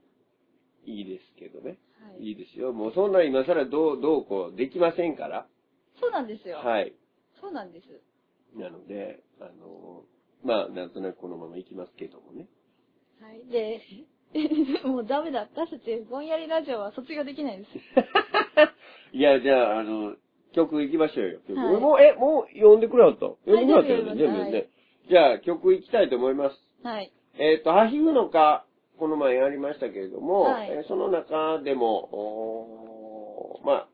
いいですけどね。
はい。
いいですよ。もうそんな今更どう、どうこうできませんから。
そうなんですよ。
はい。
そうなんです。
なので、あの、まあ、なんとなくこのまま行きますけどもね。
はい。で、 もうダメだ。私たち、ぼんやりラジオは卒業できないです。
いや、じゃあ、あの、曲行きましょうよ。曲
はい
もう、え、もう呼んでくれはった呼んでくれはったよね、
はい
全部
は
ね
い。
じゃあ、曲行きたいと思います。
はい。
えっ、と、ハヒフのか、この前やりましたけれども、
はい
えーその中でも、おーまあ、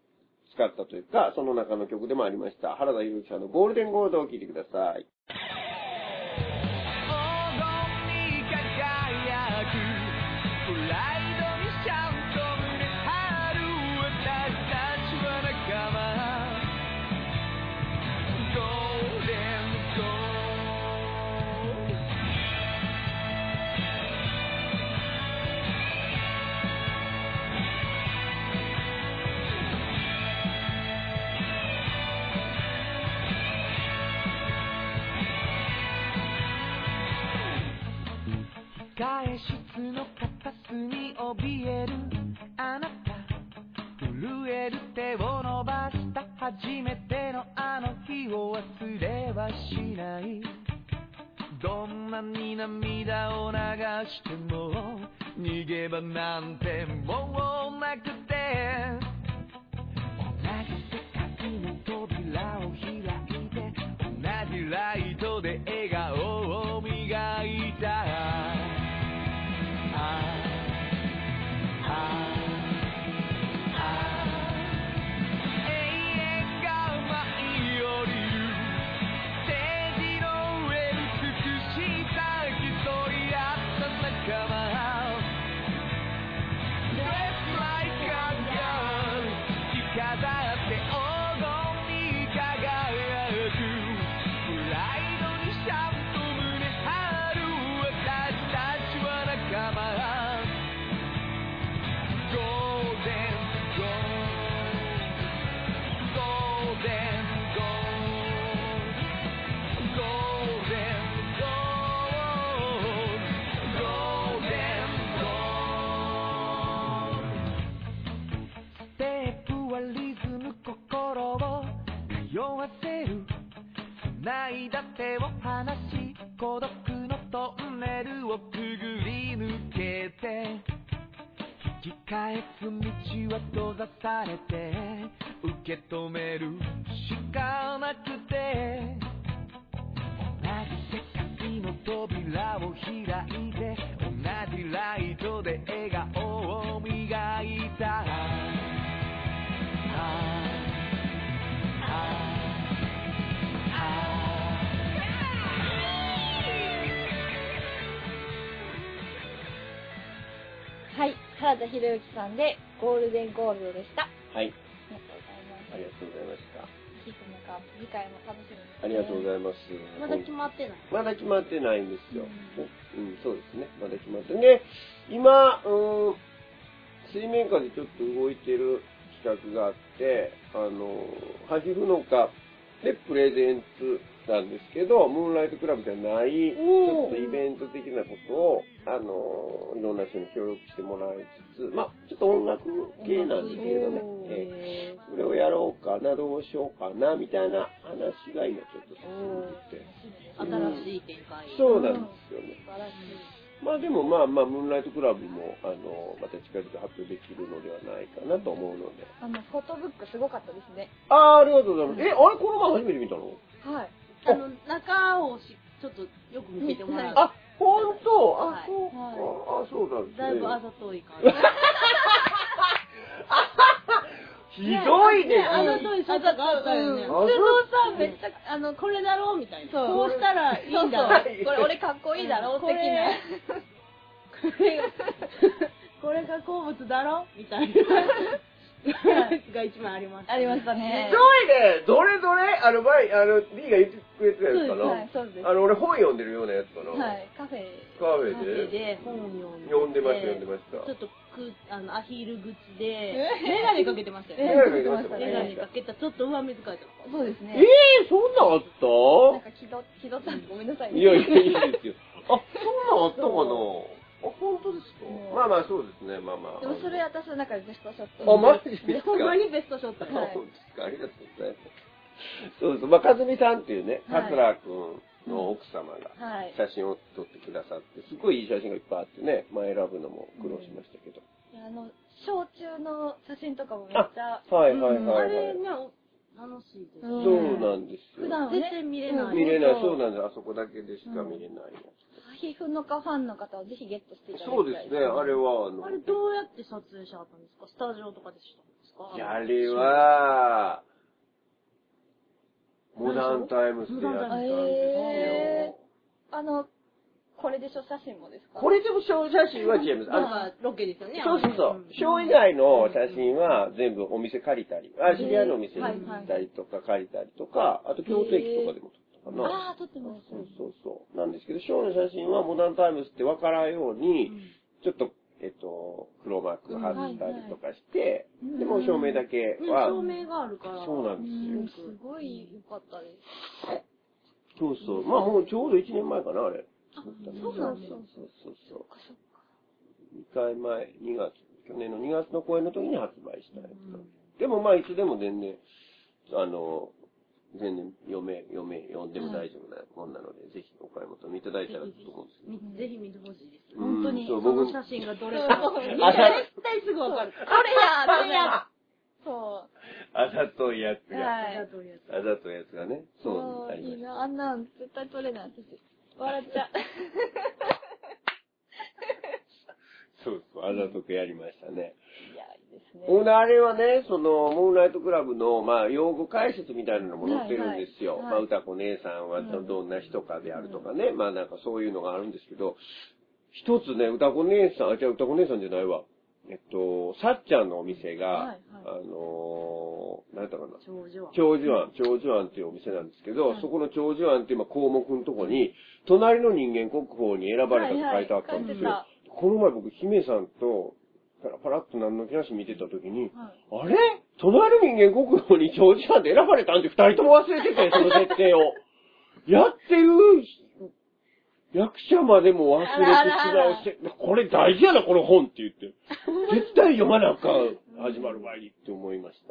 使ったというか、その中の曲でもありました、原田裕之さんのゴールデンゴールドを聴いてください。
黄金に輝くプライドにシャイニングである私たちは仲間ゴールデンゴールド控え室の片隅怯えるあなた震える手を伸ばした初めてのあの日を忘れはしないどんなに涙を流しても逃げ場なんてもうなくて同じ世界の扉を開いて同じライトで笑顔を磨いたああああ永遠が舞い降りるステージの上美しさ競い合った仲間 Just like a girl 光だって黄金に輝くプライドにシャンと胸張る私たちは仲間 Golden Gold Golden Gold Golden Gold Golden Gold ステップはリズム心を通わせる繋いだ手を離し孤独のトンネルをくぐり抜けて引き返す道は閉ざされて受け止めるしかなくて同じ世界の扉を開いて同じライトで笑顔を磨いたあああ
はい。原田博之さんで、ゴールデンゴールドでした。あ
はい。
りがとうございます。
ありがとうございまし
ひくもか、次回も楽しみにして
た。ありがとうご
い
ざいます。
まだ決まってない。
まだ決まってないんですよ。うん、そうですね。まだ決まって。で、今、うーん、水面下でちょっと動いてる企画があって、あの、ハヒフノカでプレゼンツなんですけど、ムーンライトクラブじゃない、ちょっとイベント的なことを、あの、いろんな人に協力してもらいつつ、まあ、ちょっと音楽系なんですけどね。えー
え
それをやろうかな、どうしようかな、みたいな話が今ちょっと進んでて。
ー新しい展開。
そうなんですよね。
素晴らし
まあでもまあまあ、ムーンライトクラブも、あの、また近々発表できるのではないかなと思うので。
い。あの、フォトブックすごかったですね。
ああ、ありがとうございます。え、あれこの前初めて見たの
はい。
あの、中をし、ちょっとよく見せてもらう。
あ、ほんとあ
は、い
そうか。あ、そうなんですね。
だいぶあざとい感じ。
ひどいですね。
あざといショットがあったよね。
あ
普通
そう
のさ、めっちゃ、あの、これだろうみたいな。
そう
こうしたらいいんだろ
こ
う。
れ俺かっこいいだろ、
うん
的な。
これが好物だろみたいな。が一枚あります。
ありましたね。
いねどれどれあの、前、あの、D が言ってくれてたやつかな。
はい、そうです。
あの、俺本読んでるようなやつかな。
はい、カフェ。
カフ
カフェ
ェで。
で本を
読んでました、読んでまし
ちょ
た。
っとくあのアヒール口で、メガネかけてましたよ
メ
ね。
ガネかけてましたもん
メガネ
ね。
かけた、ちょっと上目遣いとか。
そうですね。
えー、そんなんあ
なん
っ
か気取気取ったんでごめんなさい
た
ね。
いやいや、いいですよ。あ、そんなんあったかなあ、本当ですか
うん
まあまあ、そうですね、まあまあ。
でもそれ私の中でベストショット。
あ、マジですか
ほんまにベストショット。
はい
そうですか、ありがとうございます。そうそう、まあ、かずみさんっていうね、
はい
桂くんの奥様が
はい。
写真を撮ってくださって、すごいいい写真がいっぱいあってね、まあ、選ぶのも苦労しましたけど。
いやあの、小中の写真とかもめっちゃ、
はい
うん
はい
あ
はいは
れ
い。
ね、お楽しいです。
うん
そうなんです
普
よ。
段は
全
ね、
然見れな
うん
い。
見れない、そう
う
なんです。あそこだけでしか見れない。
ひふのかファンの方はぜひゲットしていただきたい。
そうですね、あれは、あの
あ、れどうやって撮影しはったんですかスタジオとかでしたんですか
いやあれ、は、モダンタイムスでやったんですよ。
えあの、これでしょ、写真もですか
これでも小写真は違います。あの
なんかロケですよね。
そうそうそう。ショー以外
外
の写真は全部お店借りたり、あ、知り合いのお店に
はい
行ったりとか借りたりとか、あと京都駅とかでも撮ったか
ああ、
な。
撮ってます。
そうそうそう。なんですけど、ショーの写真はモダンタイムスってわからんように、ちょっと、えっと、黒幕外したりとかして、でも照明だけは、
照明があるから。
そうなん
う
で
ん、
すよ。
すごい良かったです。
そうそう。まあもうちょうど1年前かな、あれ。
そうなんです
そう
よ
そうそうそう。
そっかそっか
2回前、2月、去年の2月の公演の時に発売したやつ。でもまあいつでも全然、あの、全然読め、読め、読んでも大丈夫なもんなので、ぜひお買い求めいただいたらと思うんですけど。
みぜひ見てほしいです。
うん
本当に、
そう
そ
僕
の写真がどれか。
そう
見たら絶対すぐわかる。
これやこれやそ
あざといやつ
う。
が、
は
ありが
い。
とうございます
あざといやつがね、そう、あり
いい
まし
な、あんなん絶対撮れない、私。笑っ ちゃう。
た。そうそう、あざとくやりましたね。
いや、いいですね。
ほんで、あれはね、その、ムーンライトクラブの、まあ、用語解説みたいなのも載ってるんですよ。
はいはい
まあ、
はい
歌子姉さんはどんな人かであるとかね、まあ、なんかそういうのがあるんですけど、一つね、歌子姉さん、あ、じゃ歌子姉さんじゃないわ。えっと、さっちゃんのお店が、
はいはい
あのー、なんだかな、
長女は。
長寿庵、長寿庵っていうお店なんですけど、そこの長寿庵っていうまあ項目のとこに、隣の人間国宝に選ばれたって書いてあったんですよ。
はいはい
この前僕、姫さんと、パラパラっと何の気なし見てた時に、
は
あれ隣の人間国宝に長寿庵で選ばれたんって二人とも忘れてて、その設定を。やってる役者までも忘れてしまうせこれ大事やな、この本って言って。絶対読まなあかん、始まる前にって思いまし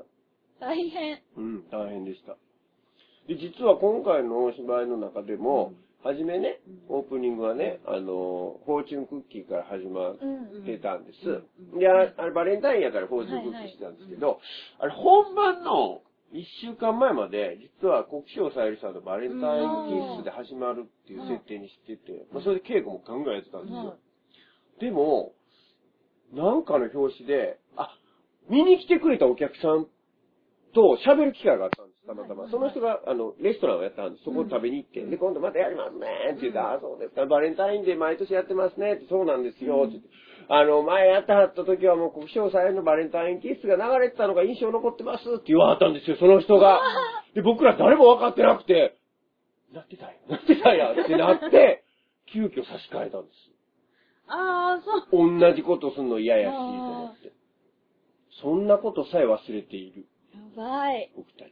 た。
大変。
うん、大変でした。で、実は今回のお芝居の中でも、初めね、オープニングはね、あの、フォーチュンクッキーから始まっ
うん。
てたんです。
うん
で、ああれバレンタインやからフォーチュンクッキーしてたんですけど、あれ本番の1週間前まで、実は国章さゆりさんのバレンタインキッスで始まるっていう設定にしてて、まあ、それで稽古も考えてたんですよ。でも、なんかの表紙で、あ、見に来てくれたお客さんと喋る機会があったんです、たまたま。その人が、あの、レストランをやったんです、そこを食べに行って、で、今度またやりますねって言って、ああ、そうですか、バレンタインで毎年やってますねって、そうなんですよって言って、あの、前やってはった時はもう国章さんのバレンタインキッスが流れてたのが印象残ってますって言わはったんですよ、その人が。で、僕ら誰も分かってなくて、なってたんや、なってたんやってな って、急遽差し替えたんです。
ああ、そう。
同じことすんの嫌やし、と思って。そんなことさえ忘れている、
やばい。
僕たち。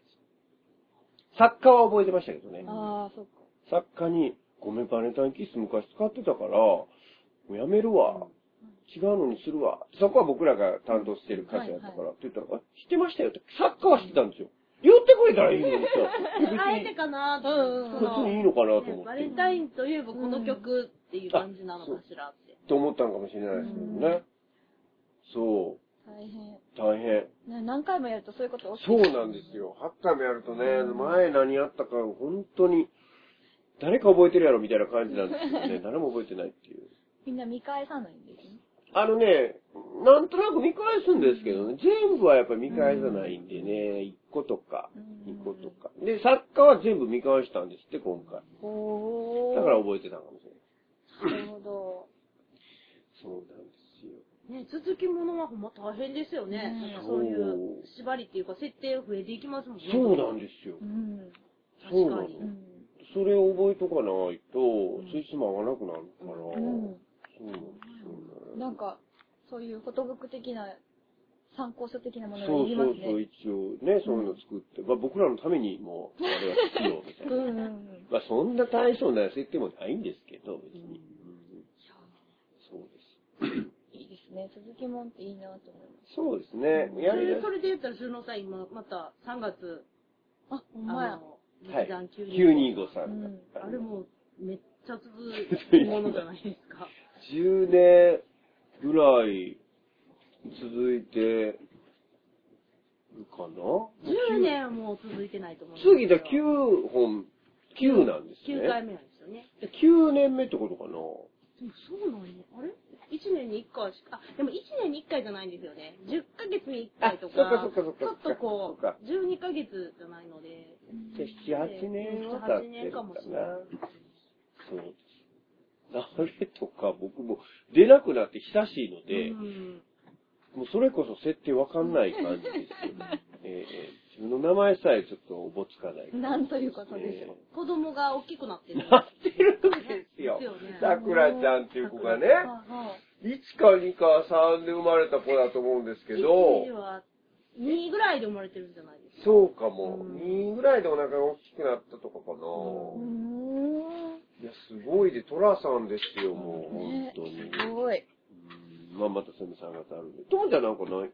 作家は覚えてましたけどね。
ああ、そっか。
作家に、ごめん、バレンタインキッス昔使ってたから、もうやめるわ。違うのにするわ。そこは僕らが担当してる会社やったから、って言ったら、あ、知ってましたよって、作家は知ってたんですよ。言ってくれたらいいのにさ。
あえてかなと
うんうん
そ
別
の
にいいのかなと思
ね
っ
バ
て
レン。タインといえばこの曲っていう感じなのかしらって。
と思ったのかもしれないですけどね。そ
大変。
う。大変。
な何回もやるとそういうこと起き
そう
る
なんですよ。8回もやるとね、前何やったか、本当に、誰か覚えてるやろみたいな感じなんですけどね、誰も覚えてないっていう。
みんな見返さないんですね。
あのね、なんとなく見返すんですけどね、全部はやっぱ見返さないんでね、1個とか、2個とか。で、作家は全部見返したんですって、今回。
おー。
だから覚えてたのかもしれない。
なるほど。
そうなんですよ。
ね、続きものはほんま大変ですよね。
うん
なんかそういう縛りっていうか、設定増えていきますもんね。
そうなんですよ
う。ん。
そう
確
な
か
んです
う
に。うん
ん。
それを覚えとかないと、
ん
ついつま合わなくなるから、
うん。
そうなんですよね。
なんか、そういうフォトブック的な、参考書的なもの
そ
がいうり
そ
ます
うそう、
ね。
一応ね、そういうの作って、まあ僕らのためにも、あれは必要みたいな
う。んうんうん。
まあそんな大層な設定もないんですけど、別に。うんそうです。
いいですね。続きもんっていいなと思いま
そうですね。や
そ
り
れ
だ
それで言ったら、収納さん今、また3月、
す。あ、ほんま
あ
や。
の、
はい
劇団
925さん
うん
が。
あれも、めっちゃ続くものじゃないです か。
10年ぐらい続いてるかな
10年はもう続いてないと思うんですよ。
次だ9本、9なんです
9回
ね。
目なんですよね。
9年目ってことかな
でもそうなんや。あれ ?1 年に1回しか、あ、でも1年に1回じゃないんですよね。10ヶ月に1回とか、
あそっかそっかそっか
ちょっとこ
そっか
う、12ヶ月じゃないので、
じゃあ7、8年は経ってるかな
7 8年かもしれない。
そうです。あれとか僕も出なくなって久しいので、
うん
もうそれこそ設定わかんない感じですよ。 ええ自分の名前さえちょっとおぼつかない。
なんということでしょう。
子供が大きくなってる。
なってるんですよ
ですよね。
さくらちゃんっていう子がね、
あ
1か2か3で生まれた子だと思うんですけど
1、は2ぐらいで生まれてるんじゃないですか。
そうかも。
うん
2ぐらいでお腹が大きくなったとかかな。
あうー
う
うん。
いや、すごいで、トラさんですよ、もう、本
ね
当に。
すごい。
うんまあ、またその3月あるんで。ともちゃんなんかない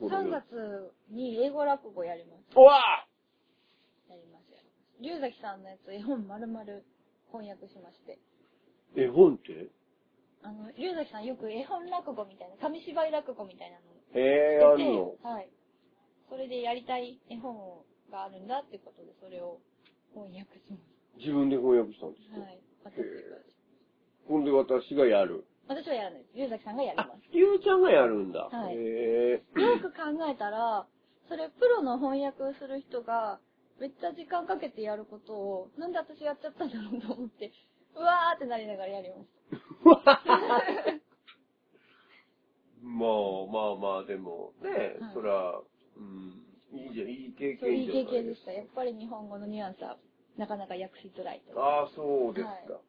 3月に英語落語やります。
うわ
やりますやります。龍崎さんのやつ、絵本丸々翻訳しまして。
ー絵本って
あの、龍崎さんよく絵本落語みたいな、紙芝居落語みたいなの
へえー、
や
あ
っ
るの
て。て、はい。それでやりたい絵本があるんだってことで、それを翻訳しま
自分で翻訳したんです
す。
か、
はい。私が
ほんで私がやる。
私はやらないです。龍崎さんがやりま
あ、ゆうちゃんがやるんだ。
はい
へえ
す。よ く考えたら、それプロの翻訳する人が、めっちゃ時間かけてやることを、なんで私やっちゃったんだろうと思って、うわーってなりながらやりまし
まあまあまあ、でも、ね、
はい
そら、うん、いいじゃん、いい経
た。そう、
験
いい
じゃない
経験でした。やっぱり日本語のニュアンスは、なかなか訳しづらいと。
ああ、そうですか。
は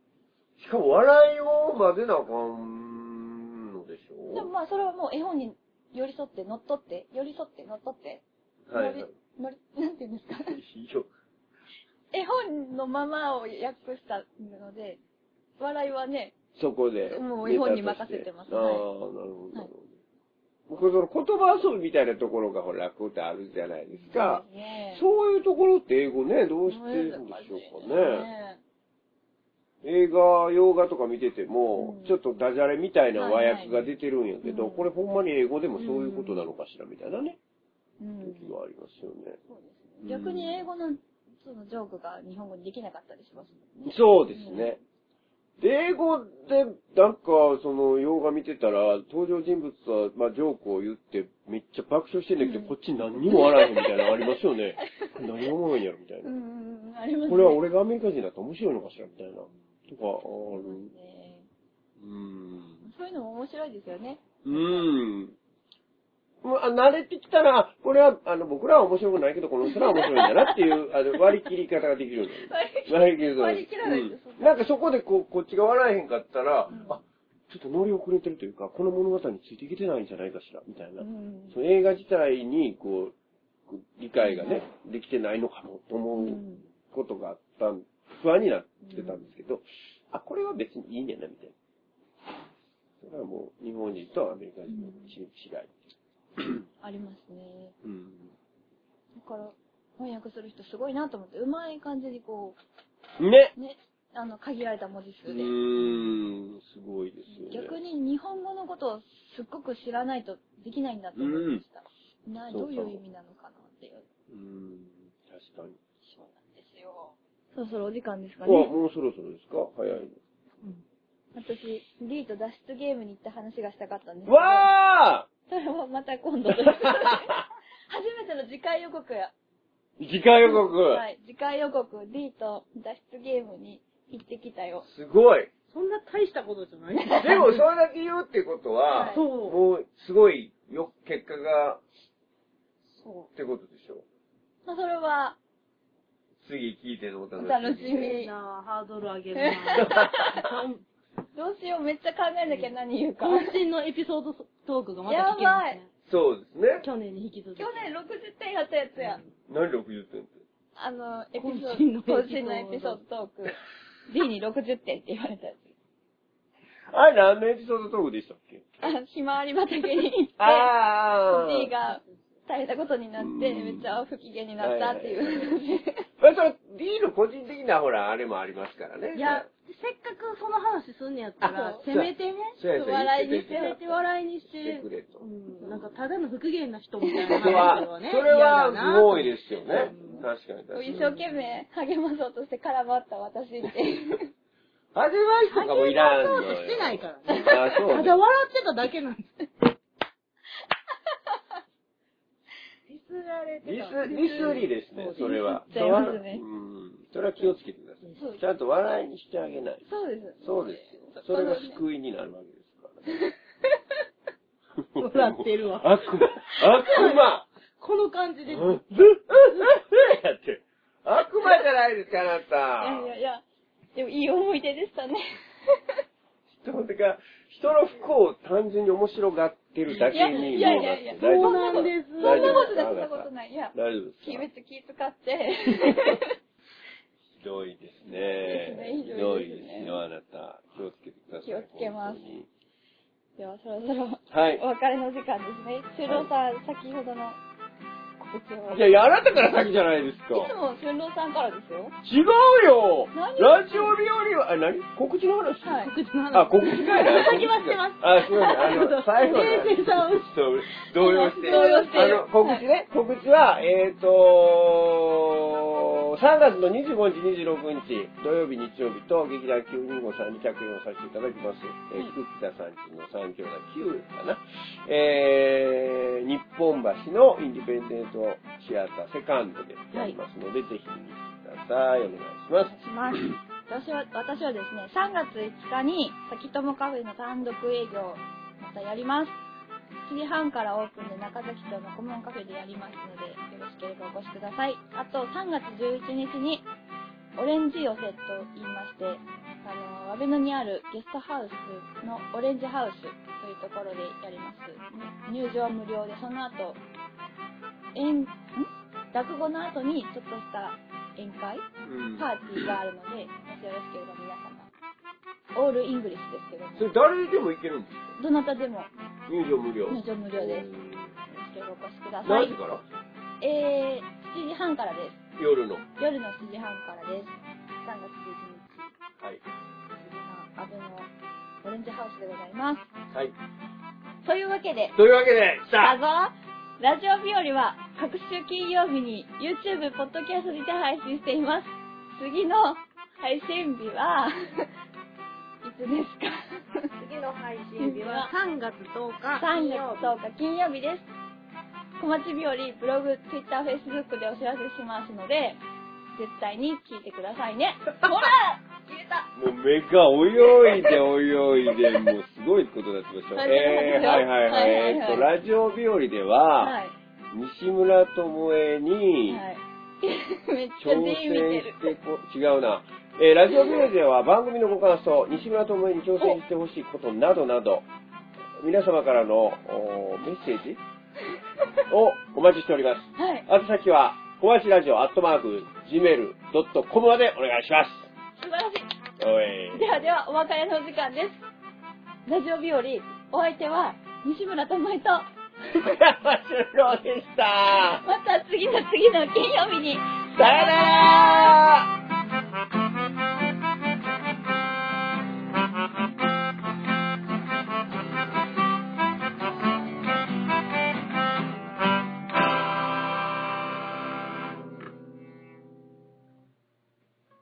しかも、笑いを混ぜなあかんのでし
でも
ょ
まあ、それはもう絵本に寄り添って、乗っ取って、寄り添って、乗っ取って、
はい
乗り、乗り、なんて言うん ですか。
はい。いいよ
絵本のままを訳したので、笑いはね、
そこで。
もう絵本に任せてます
ああ、な
はい
るほど、なるほど。僕、その言葉遊びみたいなところがほら、こうってあるじゃないですか。
ね
そういうところって英語ね、どうしてるんでしょうかね。映画、洋画とか見てても、
うん
ちょっとダジャレみたいな和訳が出てるんやけど、
はいはい
これほんまに英語でもそういうことなのかしらみたいなね、
うん
時がありますよね。
そうですね。逆に英語のそのジョークが日本語にできなかったりしますもんね。
そうですね。で英語で、なんか、その、洋画見てたら、登場人物は、まあ、ジョークを言って、めっちゃ爆笑してんだけど、こっち何にも笑えへんみたいなのありますよ ね。これ何がおもろいんやろみたい
うん
な。
うんうん、ありますね。
これは俺がアメリカ人だと面白いのかしらみたいな。とか、あ
あり
る
ますね。
うん。
そういうのも面白いですよね。
うん。もうあ慣れてきたら、これは、あの、僕らは面白くないけど、この人らは面白いんだなっていう、あの、割り切り方ができるようになる。割り切り
割り切らないと
うんなんかそこでこう、こっちが笑えへんかったら、
うん
あ、ちょっと乗り遅れてるというか、この物語についていけてないんじゃないかしら、みたいな。
うん
その映画自体に、こう、こう理解がね、できてないのかも、と思うことがあったん、不安になってたんですけど、あ、これは別にいいねんな、みたいな。それはもう、日本人とアメリカ人の違い。
ありますね。
うん。
だから、翻訳する人すごいなと思って、うまい感じにこ
ね
う、ね、あの、限られた文字
う
数で。
ーん、すごいですよね。
逆に日本語のことをすっごく知らないとできないんだと思いました。な
そう
ど
か
ういう意味なのかなっていう。
うん、確かに。
そうなんですよ。そろそろお時間です
あ、
かね。
もうそろそろですか早い
私、D と脱出ゲームに行った話がしたかったんですけ
の。
ど、
わ
それはまた今度ということ で初めての次回予告や。
ー次回予告、
はい、次回予告、D と脱出ゲームに行ってきたよ。
すごい
そんな大したことじゃない。
でも、それだけ言うってこと
は
は、
い
そう。
もう、すごい、よ、結果が、
そ
ってことでしょ。
まあ、それは、
次聞いてのお楽
お楽し
しみ。
う。
み。
なあ、ハードル上げる な。
どうしよう、めっちゃ考えなきゃ何言うか。
渾身のエピソードトークがまた聞けますね。
そうですね。
去年に引き続き。
去年60点やったやつや。
何60点って。
あの、エピソ
渾身のエ
ー
ピソー
ド、
ド
渾身のエピソードトーク。B に60点って言われたやつ。
あれ、何のエピソードトークでしたっけ
あ、ひまわり畑に行って、
あ
B が垂れたことになって、
うん
めっちゃ不機嫌になったっていう。
まあ、それ、D の個人的な、ほら、あれもありますからね。
いや、せっかくその話すんねやったら
あ、
せめてね、
そうや、そうや
笑いに
言っ
して
せ
た
めて笑いにし
して
て、
くれと
うん、なんかただの不機嫌な人みたいな
それは
話はね、、
それは
嫌だな
すごいですよね
う。ん
確かに確かに。
一生懸命励まそうとして絡まった私っていう。
アドバイスとかもいらん
そう
の
と
よ。
してないからね。
あ、そうね。
ただ笑ってただけなんです。
ディスられ
リス、リスリですね、それは。
言っちゃいますね
うん。それは気をつけてくださ
そう
い。ちゃんと笑いにしてあげない。
そうです。
そうですよ。それが救いになるわけですから。
笑ってるわ
悪魔悪魔
この感じで。
うんうんうんやってる。悪魔じゃないですか、あな
い
た。
やいやいや、でもいい思い出でしたね。
人てか、人の不幸を単純に面白がってるだけに、
いやいやいやいや
大丈
そ
夫
うなんです。
そん
大
な
丈
こ
夫
とない、そんなことない。いや、
大丈夫です
気
か
めっちゃ気使って。
ひどいですね。
ひ
ひ
ど
ど
い
い
ですね
ですよ、あなた。気をつけてください。
気をつけます
本当に
では、そろそろ
はい
お。別れの時間ですね。俊郎さん、先ほどの告知を。
いやいや、あなたから先じゃないですか。
いつも俊郎さんからですよ。
違うよ
何
ラジオ日和は、あ、何告知の話
はい。
告知の話
あ、 告知会だ。
先はしてます
あ、すみません。あの、最後
冷静さを
そう動揺して。
動揺して
あの、告知ね。告知は、えっ、ー、と3月の25日、26日、土曜日、日曜日と、劇団925さんに客演をさせていただきます。えー、菊北さんちの3兄弟9かな。えー、日本橋のインディペンデントシアターセカンドでやりますので、ぜひ見に来てください。お願いします。
します。私は、私はですね、3月5日に、さきともカフェの単独営業、またやります。7時半からオープンで中崎町の顧問カフェでやりますので、よろしければお越しください。あと、3月11日に、オレンジ寄せと言いまして、あの、阿部野にあるゲストハウスのオレンジハウスというところでやります。入場無料で、その後、演、ん落語の後にちょっとした宴会
うん
パーティーがあるので、もしよろしければ皆様、オールイングリッシュですけど
それ
も、
誰でもいけるんですか
どなたでも
入場無料。
入場無料です。よ
す。
ろしければお越しくださ
何
い
時。から
えー、7時半からです。
夜の。は
夜の7時半からです。3月11
い。
日、7時半、アブのオレンジハウスでございます。
はい。
というわけで、
というわけで、
あ
さ
ざラジオ日和は、各週金曜日に YouTube、ポッドキャストにて配信しています。次の配信日は、 いつですか
次の配信日は3月10日。
3月10日金曜日です。小町日和ブログ、ツイッター、フェイスブックでお知らせしますので、絶対に聞いてくださいね。ほら言えた
もう目が泳いで泳いで、もうすごいことになってましたよ。
はい
えー、はいはいはい。
はいはいはい
えーっと、ラジオ日和では、
はい。
西村智恵に
はい。 めっちゃ
挑
全員見て
戦
る
し。てこ、違うな。えー、ラジオ日和では番組のご感想、西村智恵に挑戦してほしいことなどなど、皆様からのおメッセ ージをお待ちしております。
はい。
あと先は、小林ラジオアットマーク、gmail.com までお願いします。
素晴らしい。
お い
ではでは、お別れの時間です。ラジオ日和、お相手は、西村智恵と、
山城でした。
また次の次の金曜日に、
さよなら